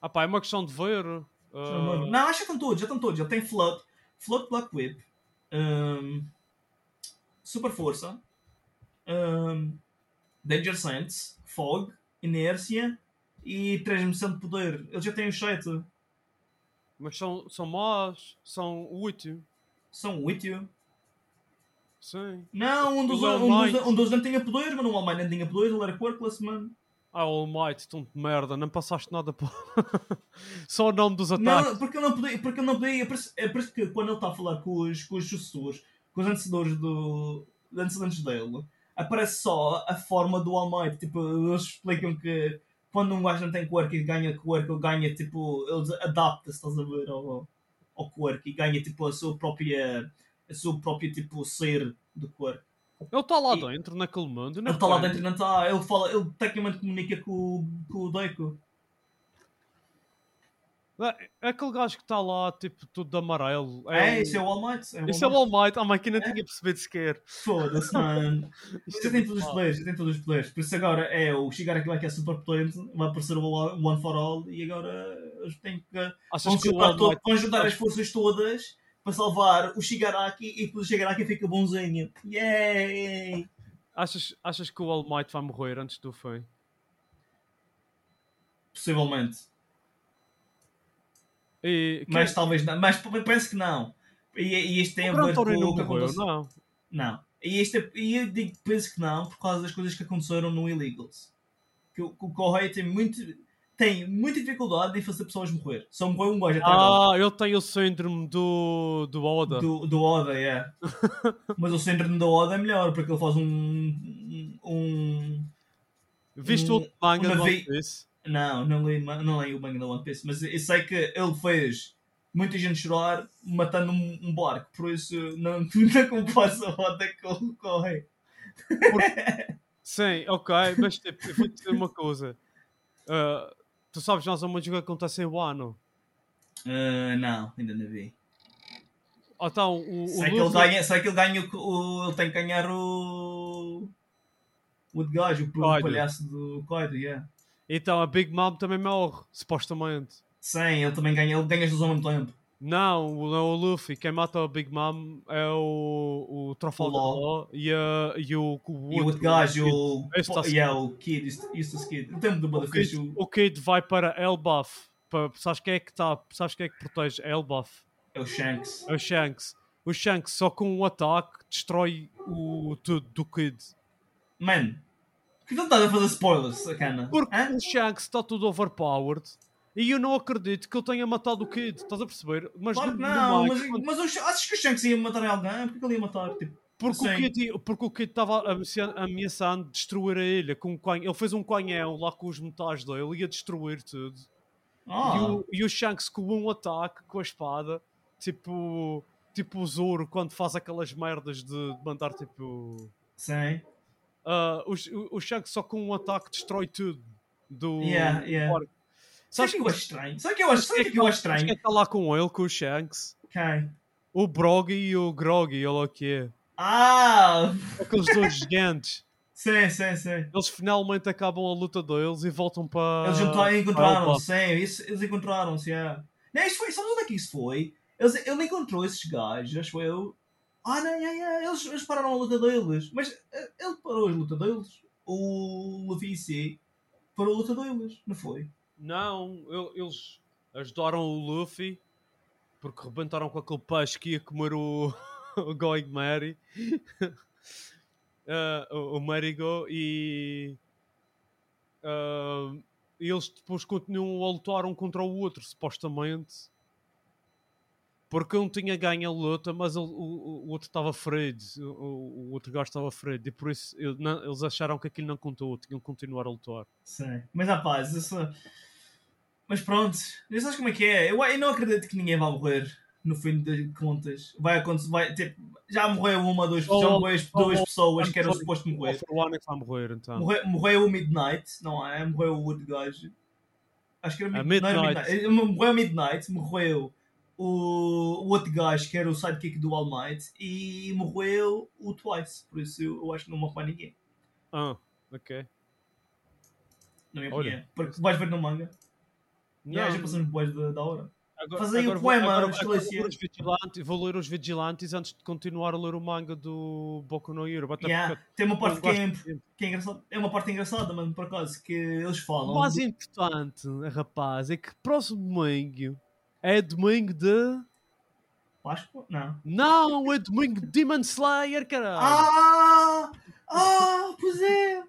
[SPEAKER 3] Ah pá, é uma questão de ver. ah,
[SPEAKER 2] Já não lembro. Não, acho que estão todos, já estão todos. Já tem Float, Float Black Whip, ehm, Super Força, ehm, Danger Sense, Fog, Inércia e Transmissão de Poder. Eles já têm os 7.
[SPEAKER 3] mas são, são más, são útil.
[SPEAKER 2] São 8.
[SPEAKER 3] Sim.
[SPEAKER 2] Não, um dos,
[SPEAKER 3] O All
[SPEAKER 2] um,
[SPEAKER 3] Might.
[SPEAKER 2] dos, um dos não tinha poder, mano. O All Might não tinha poder, ele era Quirkless, mano.
[SPEAKER 3] Ah, All Might, tonto de merda, não passaste nada para. Só o nome dos ataques.
[SPEAKER 2] Não, porque ele não podia. Porque ele não podia é, por isso, é por isso que quando ele está a falar com os, com os sucessores, com os antecedores do. dos antecedentes dele, aparece só a forma do All Might. Tipo, eles explicam que quando um gajo não tem quirk e ganha quirk, ele ganha tipo. Ele adapta-se, estás a ver, ao, ao quirk e ganha tipo a sua própria. a sua própria tipo ser do quirk.
[SPEAKER 3] Ele está lá
[SPEAKER 2] E-
[SPEAKER 3] dentro, naquele mundo.
[SPEAKER 2] Ele
[SPEAKER 3] não é
[SPEAKER 2] está lá
[SPEAKER 3] foi?
[SPEAKER 2] dentro, não está. Ele fala, ele tecnicamente comunica com, o- com o Deco.
[SPEAKER 3] É aquele gajo que está lá, tipo, tudo de amarelo.
[SPEAKER 2] É,
[SPEAKER 3] o-
[SPEAKER 2] isso é o All Might.
[SPEAKER 3] Isso é o All Might. Ah, mas que não tinha percebido sequer.
[SPEAKER 2] Foda-se, mano.
[SPEAKER 3] Isto é
[SPEAKER 2] Você tem
[SPEAKER 3] muito
[SPEAKER 2] todos os
[SPEAKER 3] mal.
[SPEAKER 2] poderes, você tem todos os poderes. Por isso agora é o chegar aquilo que é super potente, vai aparecer o One One for All e agora eles têm que
[SPEAKER 3] Achas que o
[SPEAKER 2] conjuntar,
[SPEAKER 3] All
[SPEAKER 2] todo,
[SPEAKER 3] Might.
[SPEAKER 2] conjuntar as forças todas para salvar o Shigaraki e depois o Shigaraki fica bonzinho. Yay!
[SPEAKER 3] Achas, achas que o All Might vai morrer antes do fim?
[SPEAKER 2] Possivelmente.
[SPEAKER 3] E, quem-
[SPEAKER 2] Mas talvez não. Mas p- penso que não. E, e isto tem
[SPEAKER 3] o
[SPEAKER 2] a ver
[SPEAKER 3] Gran
[SPEAKER 2] com
[SPEAKER 3] Torino Ah, não é?
[SPEAKER 2] o que
[SPEAKER 3] morreu,
[SPEAKER 2] aconteceu.
[SPEAKER 3] não.
[SPEAKER 2] Não. E, este, é- e eu digo, penso que não, por causa das coisas que aconteceram no Illegals. Que o que o Correia tem muito. Tem muita dificuldade em fazer pessoas morrer. Só morreu um gajo até agora.
[SPEAKER 3] Ah, ele tem o síndrome do, do Oda.
[SPEAKER 2] Do, do Oda, é. Mas o síndrome do Oda é melhor, porque ele faz um. um- um-
[SPEAKER 3] Viste
[SPEAKER 2] Hum,
[SPEAKER 3] o outro manga
[SPEAKER 2] uma
[SPEAKER 3] do One
[SPEAKER 2] vez-
[SPEAKER 3] Piece?
[SPEAKER 2] não, não li, ma- não li o manga da One Piece, mas eu sei que ele fez muita gente chorar matando um, um barco, por isso não, não compensa o Oda com o Correia.
[SPEAKER 3] Sim, ok, mas tipo, eu vou te dizer uma coisa. Ah, tu sabes, nós vamos jogar que acontece em Wano.
[SPEAKER 2] Ah, não, ainda não vi.
[SPEAKER 3] Ah, Então, o, o
[SPEAKER 2] Será é que ele
[SPEAKER 3] Luffy-
[SPEAKER 2] ganha, será que ele ganha o, o- ele tem que ganhar o o de gajo, o
[SPEAKER 3] Kaido.
[SPEAKER 2] palhaço do Kaido, yeah.
[SPEAKER 3] Então a Big Mom também morre, supostamente.
[SPEAKER 2] Sim, ele também ganha, ele ganha as duas ao mesmo tempo.
[SPEAKER 3] Não, o- não é o Luffy. Quem mata o Big Mom é o, o Trafalgar
[SPEAKER 2] O Law.
[SPEAKER 3] Law e, a- e o, o
[SPEAKER 2] E o de
[SPEAKER 3] outro,
[SPEAKER 2] gajo, o,
[SPEAKER 3] Este tá
[SPEAKER 2] yeah, o Kid, Eustace Kid, o tempo do
[SPEAKER 3] O Kid,
[SPEAKER 2] Butterfish, o,
[SPEAKER 3] o Kid vai para Elbaf. Para, sabes quem é que tá, sabes quem é que protege Elbaf?
[SPEAKER 2] é o Shanks.
[SPEAKER 3] É o Shanks. O Shanks só com um ataque destrói o tudo do Kid.
[SPEAKER 2] Mano, por que tu estás a fazer spoilers, sacana?
[SPEAKER 3] Porque
[SPEAKER 2] Hã?
[SPEAKER 3] o Shanks está tudo overpowered e eu não acredito que ele tenha matado o Kid. Estás a perceber? Mas
[SPEAKER 2] Claro
[SPEAKER 3] no-
[SPEAKER 2] que
[SPEAKER 3] no
[SPEAKER 2] não,
[SPEAKER 3] manga,
[SPEAKER 2] mas,
[SPEAKER 3] quando-
[SPEAKER 2] mas o Sh- achas que o Shanks ia matar alguém? Porque ele ia matar, tipo,
[SPEAKER 3] Porque o,
[SPEAKER 2] Sim.
[SPEAKER 3] Kid, porque o Kid estava ameaçando, ameaçando destruir a ilha com um canhão. Ele fez um canhão lá com os metais dele e ia destruir tudo. E,
[SPEAKER 2] ah,
[SPEAKER 3] o, e o Shanks com um ataque com a espada, tipo, tipo o Zoro quando faz aquelas merdas de, de mandar tipo.
[SPEAKER 2] sim,
[SPEAKER 3] ah, o, Sh- o Shanks só com um ataque destrói tudo do
[SPEAKER 2] yeah, yeah.
[SPEAKER 3] orc.
[SPEAKER 2] Sabe o
[SPEAKER 3] Sabes
[SPEAKER 2] que
[SPEAKER 3] que
[SPEAKER 2] eu acho estranho? Sabe o que eu acho, sabe o que eu acho
[SPEAKER 3] sabes é quem
[SPEAKER 2] estranho?
[SPEAKER 3] está lá com ele, com o Shanks?
[SPEAKER 2] Quem?
[SPEAKER 3] O Brog e o Grog, olha lá o que
[SPEAKER 2] Ah,
[SPEAKER 3] é. Aqueles dois gigantes.
[SPEAKER 2] Sim, sim, sim.
[SPEAKER 3] Eles finalmente acabam a luta deles e voltam para.
[SPEAKER 2] Eles juntaram,
[SPEAKER 3] para o
[SPEAKER 2] encontraram,
[SPEAKER 3] Ah, Opa.
[SPEAKER 2] sim, isso- eles encontraram-se, é. Não, isso foi, sabes onde é que isso foi? Eles, ele encontrou esses gajos, acho eu. Ah, não, é, é, eles, eles pararam a luta deles. Mas eh, ele parou a luta deles. O Luffy em si parou a luta deles, não foi?
[SPEAKER 3] Não, eu- eles ajudaram o Luffy porque rebentaram com aquele peixe que ia comer o, o Going Mary. Ah, o o Marigo e. ah, e eles depois continuam a lutar um contra o outro, supostamente. Porque um tinha ganho a luta, mas ele- o, o- o outro estava ferido. O, o- o outro gajo estava ferido. E por isso eu- não- eles acharam que aquilo não contou. Tinham que continuar a lutar.
[SPEAKER 2] Sim. Mas rapaz, isso. Mas pronto, mas sabes como é que é? Eu, eu não acredito que ninguém vai morrer no fim de contas. Vai acontecer, vai, tipo, já morreu uma, duas,
[SPEAKER 3] Oh,
[SPEAKER 2] já morreu as-
[SPEAKER 3] oh,
[SPEAKER 2] duas
[SPEAKER 3] oh,
[SPEAKER 2] pessoas que eram
[SPEAKER 3] Anthony,
[SPEAKER 2] suposto morrer.
[SPEAKER 3] O Forlorn é que vai morrer, então.
[SPEAKER 2] Morreu, morreu o Midnight, não é? Morreu o outro gajo. Acho que era
[SPEAKER 3] A
[SPEAKER 2] Mid- não era
[SPEAKER 3] Midnight.
[SPEAKER 2] Midnight. Morreu o Midnight, morreu o, o outro gajo que era o sidekick do All Might e morreu o Twice. Por isso eu, eu acho que não morre mais ninguém.
[SPEAKER 3] Ah, ok.
[SPEAKER 2] Na minha
[SPEAKER 3] Olha.
[SPEAKER 2] opinião. Porque vais ver no manga. E aí já passamos depois da, da hora.
[SPEAKER 3] agora,
[SPEAKER 2] faz aí o
[SPEAKER 3] vou-
[SPEAKER 2] poema,
[SPEAKER 3] agora-
[SPEAKER 2] Árvores
[SPEAKER 3] agora
[SPEAKER 2] Celestiais.
[SPEAKER 3] vou ler os vigilantes- vou ler os vigilantes antes de continuar a ler o manga do Boku no Hero. até
[SPEAKER 2] Yeah,
[SPEAKER 3] porque
[SPEAKER 2] Tem uma
[SPEAKER 3] eu
[SPEAKER 2] parte que é,
[SPEAKER 3] gosto de-
[SPEAKER 2] que é engraçada. É uma parte engraçada, mano, por acaso, que eles
[SPEAKER 3] O
[SPEAKER 2] falam.
[SPEAKER 3] mais
[SPEAKER 2] do-
[SPEAKER 3] importante, rapaz, é que próximo domingo é domingo de
[SPEAKER 2] Páscoa? Não.
[SPEAKER 3] Não, é domingo de Demon Slayer, caralho!
[SPEAKER 2] Ah! Ah, pois é!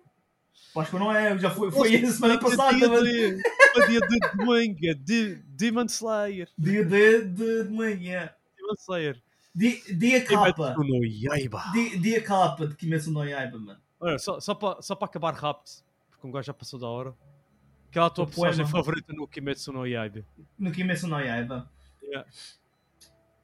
[SPEAKER 2] Páscoa não é, já foi, foi a semana passada.
[SPEAKER 3] Dia
[SPEAKER 2] mas-
[SPEAKER 3] de, a dia de domingo, é de Demon Slayer.
[SPEAKER 2] Dia de, de, de manhã.
[SPEAKER 3] Demon Slayer.
[SPEAKER 2] Dia, dia capa.
[SPEAKER 3] Kimetsu no Yaiba.
[SPEAKER 2] Dia, dia capa de Kimetsu no Yaiba, mano.
[SPEAKER 3] Olha, só, só para só para acabar rápido, porque um gajo já passou da hora. Qual é a tua
[SPEAKER 2] O
[SPEAKER 3] personagem
[SPEAKER 2] poema.
[SPEAKER 3] favorita no Kimetsu no Yaiba?
[SPEAKER 2] No Kimetsu no Yaiba.
[SPEAKER 3] Yeah.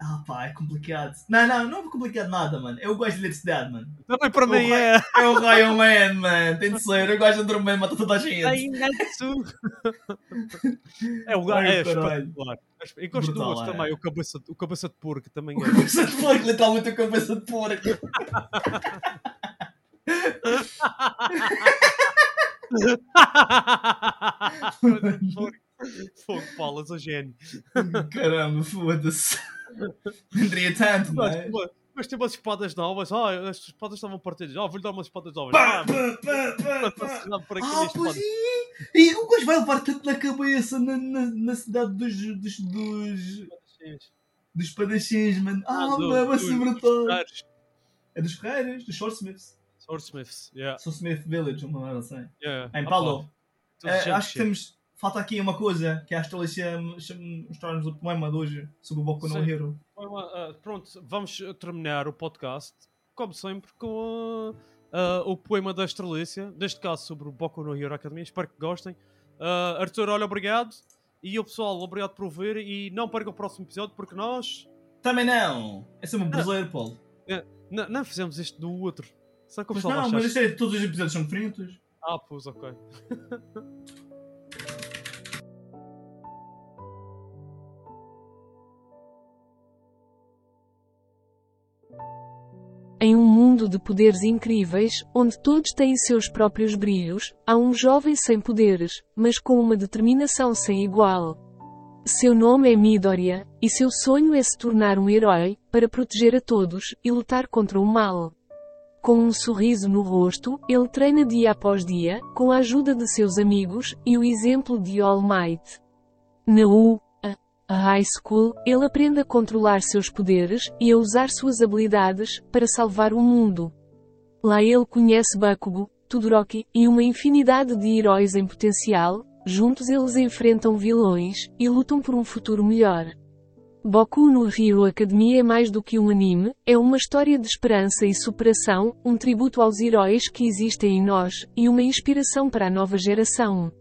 [SPEAKER 2] Ah pá, é complicado. Não, não, não é complicado nada, mano. Eu gosto de eletricidade, mano.
[SPEAKER 3] Também para mim
[SPEAKER 2] Porra.
[SPEAKER 3] é.
[SPEAKER 2] É o Raio Man, mano. Tem de ser. Eu gosto de Andrew Man, mata toda a gente.
[SPEAKER 3] É o gajo.
[SPEAKER 2] Ai,
[SPEAKER 3] É
[SPEAKER 2] caralho.
[SPEAKER 3] espetacular. E gosto do
[SPEAKER 2] Brutal,
[SPEAKER 3] outro
[SPEAKER 2] é.
[SPEAKER 3] também, o cabeça, o cabeça de porco também
[SPEAKER 2] O
[SPEAKER 3] é.
[SPEAKER 2] cabeça de porco, literalmente o cabeça de porco.
[SPEAKER 3] Cabeça de porco. Fogo, Paulo, és um gênio.
[SPEAKER 2] Caramba, foda-se. Andria tanto,
[SPEAKER 3] Mas,
[SPEAKER 2] mano.
[SPEAKER 3] mas tem umas espadas novas. Ah, as espadas estavam partidas. Ah, vou-lhe dar umas espadas novas.
[SPEAKER 2] Pá,
[SPEAKER 3] Ah,
[SPEAKER 2] pá, pá, pá, pá.
[SPEAKER 3] vou-lhe por aqui
[SPEAKER 2] Ah,
[SPEAKER 3] as
[SPEAKER 2] pois
[SPEAKER 3] espadas.
[SPEAKER 2] é. E o gajo vai levar tanto na cabeça na, na, na cidade dos, dos, dos, dos padachins, mano. é. Ah,
[SPEAKER 3] do-
[SPEAKER 2] mano, vai
[SPEAKER 3] do-
[SPEAKER 2] ser
[SPEAKER 3] dos
[SPEAKER 2] brutal.
[SPEAKER 3] ferreiros.
[SPEAKER 2] É dos ferreiros, dos Shoresmiths.
[SPEAKER 3] Swordsmiths, yeah.
[SPEAKER 2] Shoresmith Village, uma merda assim.
[SPEAKER 3] yeah.
[SPEAKER 2] Em
[SPEAKER 3] Ah,
[SPEAKER 2] Paulo.
[SPEAKER 3] pá,
[SPEAKER 2] Eh,
[SPEAKER 3] gente,
[SPEAKER 2] acho que
[SPEAKER 3] gente.
[SPEAKER 2] temos. Falta aqui uma coisa que é acho que eles mostraram-nos o poema de hoje sobre o Boku no
[SPEAKER 3] Sim.
[SPEAKER 2] Hero.
[SPEAKER 3] Bom, ah, ah, pronto, vamos terminar o podcast, como sempre, com ah, ah, o poema da Estrelícia, neste caso sobre o Boku no Hero Academia. Espero que gostem. Ah, Arthur, olha, obrigado. E o pessoal, obrigado por ouvir. E não percam o próximo episódio, porque nós
[SPEAKER 2] Também não! É sempre um brasileiro, Paulo.
[SPEAKER 3] n- não fizemos este do outro. Sabe como
[SPEAKER 2] Mas
[SPEAKER 3] o pessoal
[SPEAKER 2] não,
[SPEAKER 3] vai
[SPEAKER 2] mas é
[SPEAKER 3] achar?
[SPEAKER 2] isto é, todos os episódios são diferentes.
[SPEAKER 3] Ah, pois, ok.
[SPEAKER 4] Em um mundo de poderes incríveis, onde todos têm seus próprios brilhos, há um jovem sem poderes, mas com uma determinação sem igual. Seu nome é Midoriya, e seu sonho é se tornar um herói, para proteger a todos e lutar contra o mal. Com um sorriso no rosto, ele treina dia após dia, com a ajuda de seus amigos e o exemplo de All Might. Na U, a high school, ele aprende a controlar seus poderes e a usar suas habilidades para salvar o mundo. Lá ele conhece Bakugo, Todoroki e uma infinidade de heróis em potencial. Juntos eles enfrentam vilões e lutam por um futuro melhor. Boku no Hero Academia é mais do que um anime, é uma história de esperança e superação, um tributo aos heróis que existem em nós e uma inspiração para a nova geração.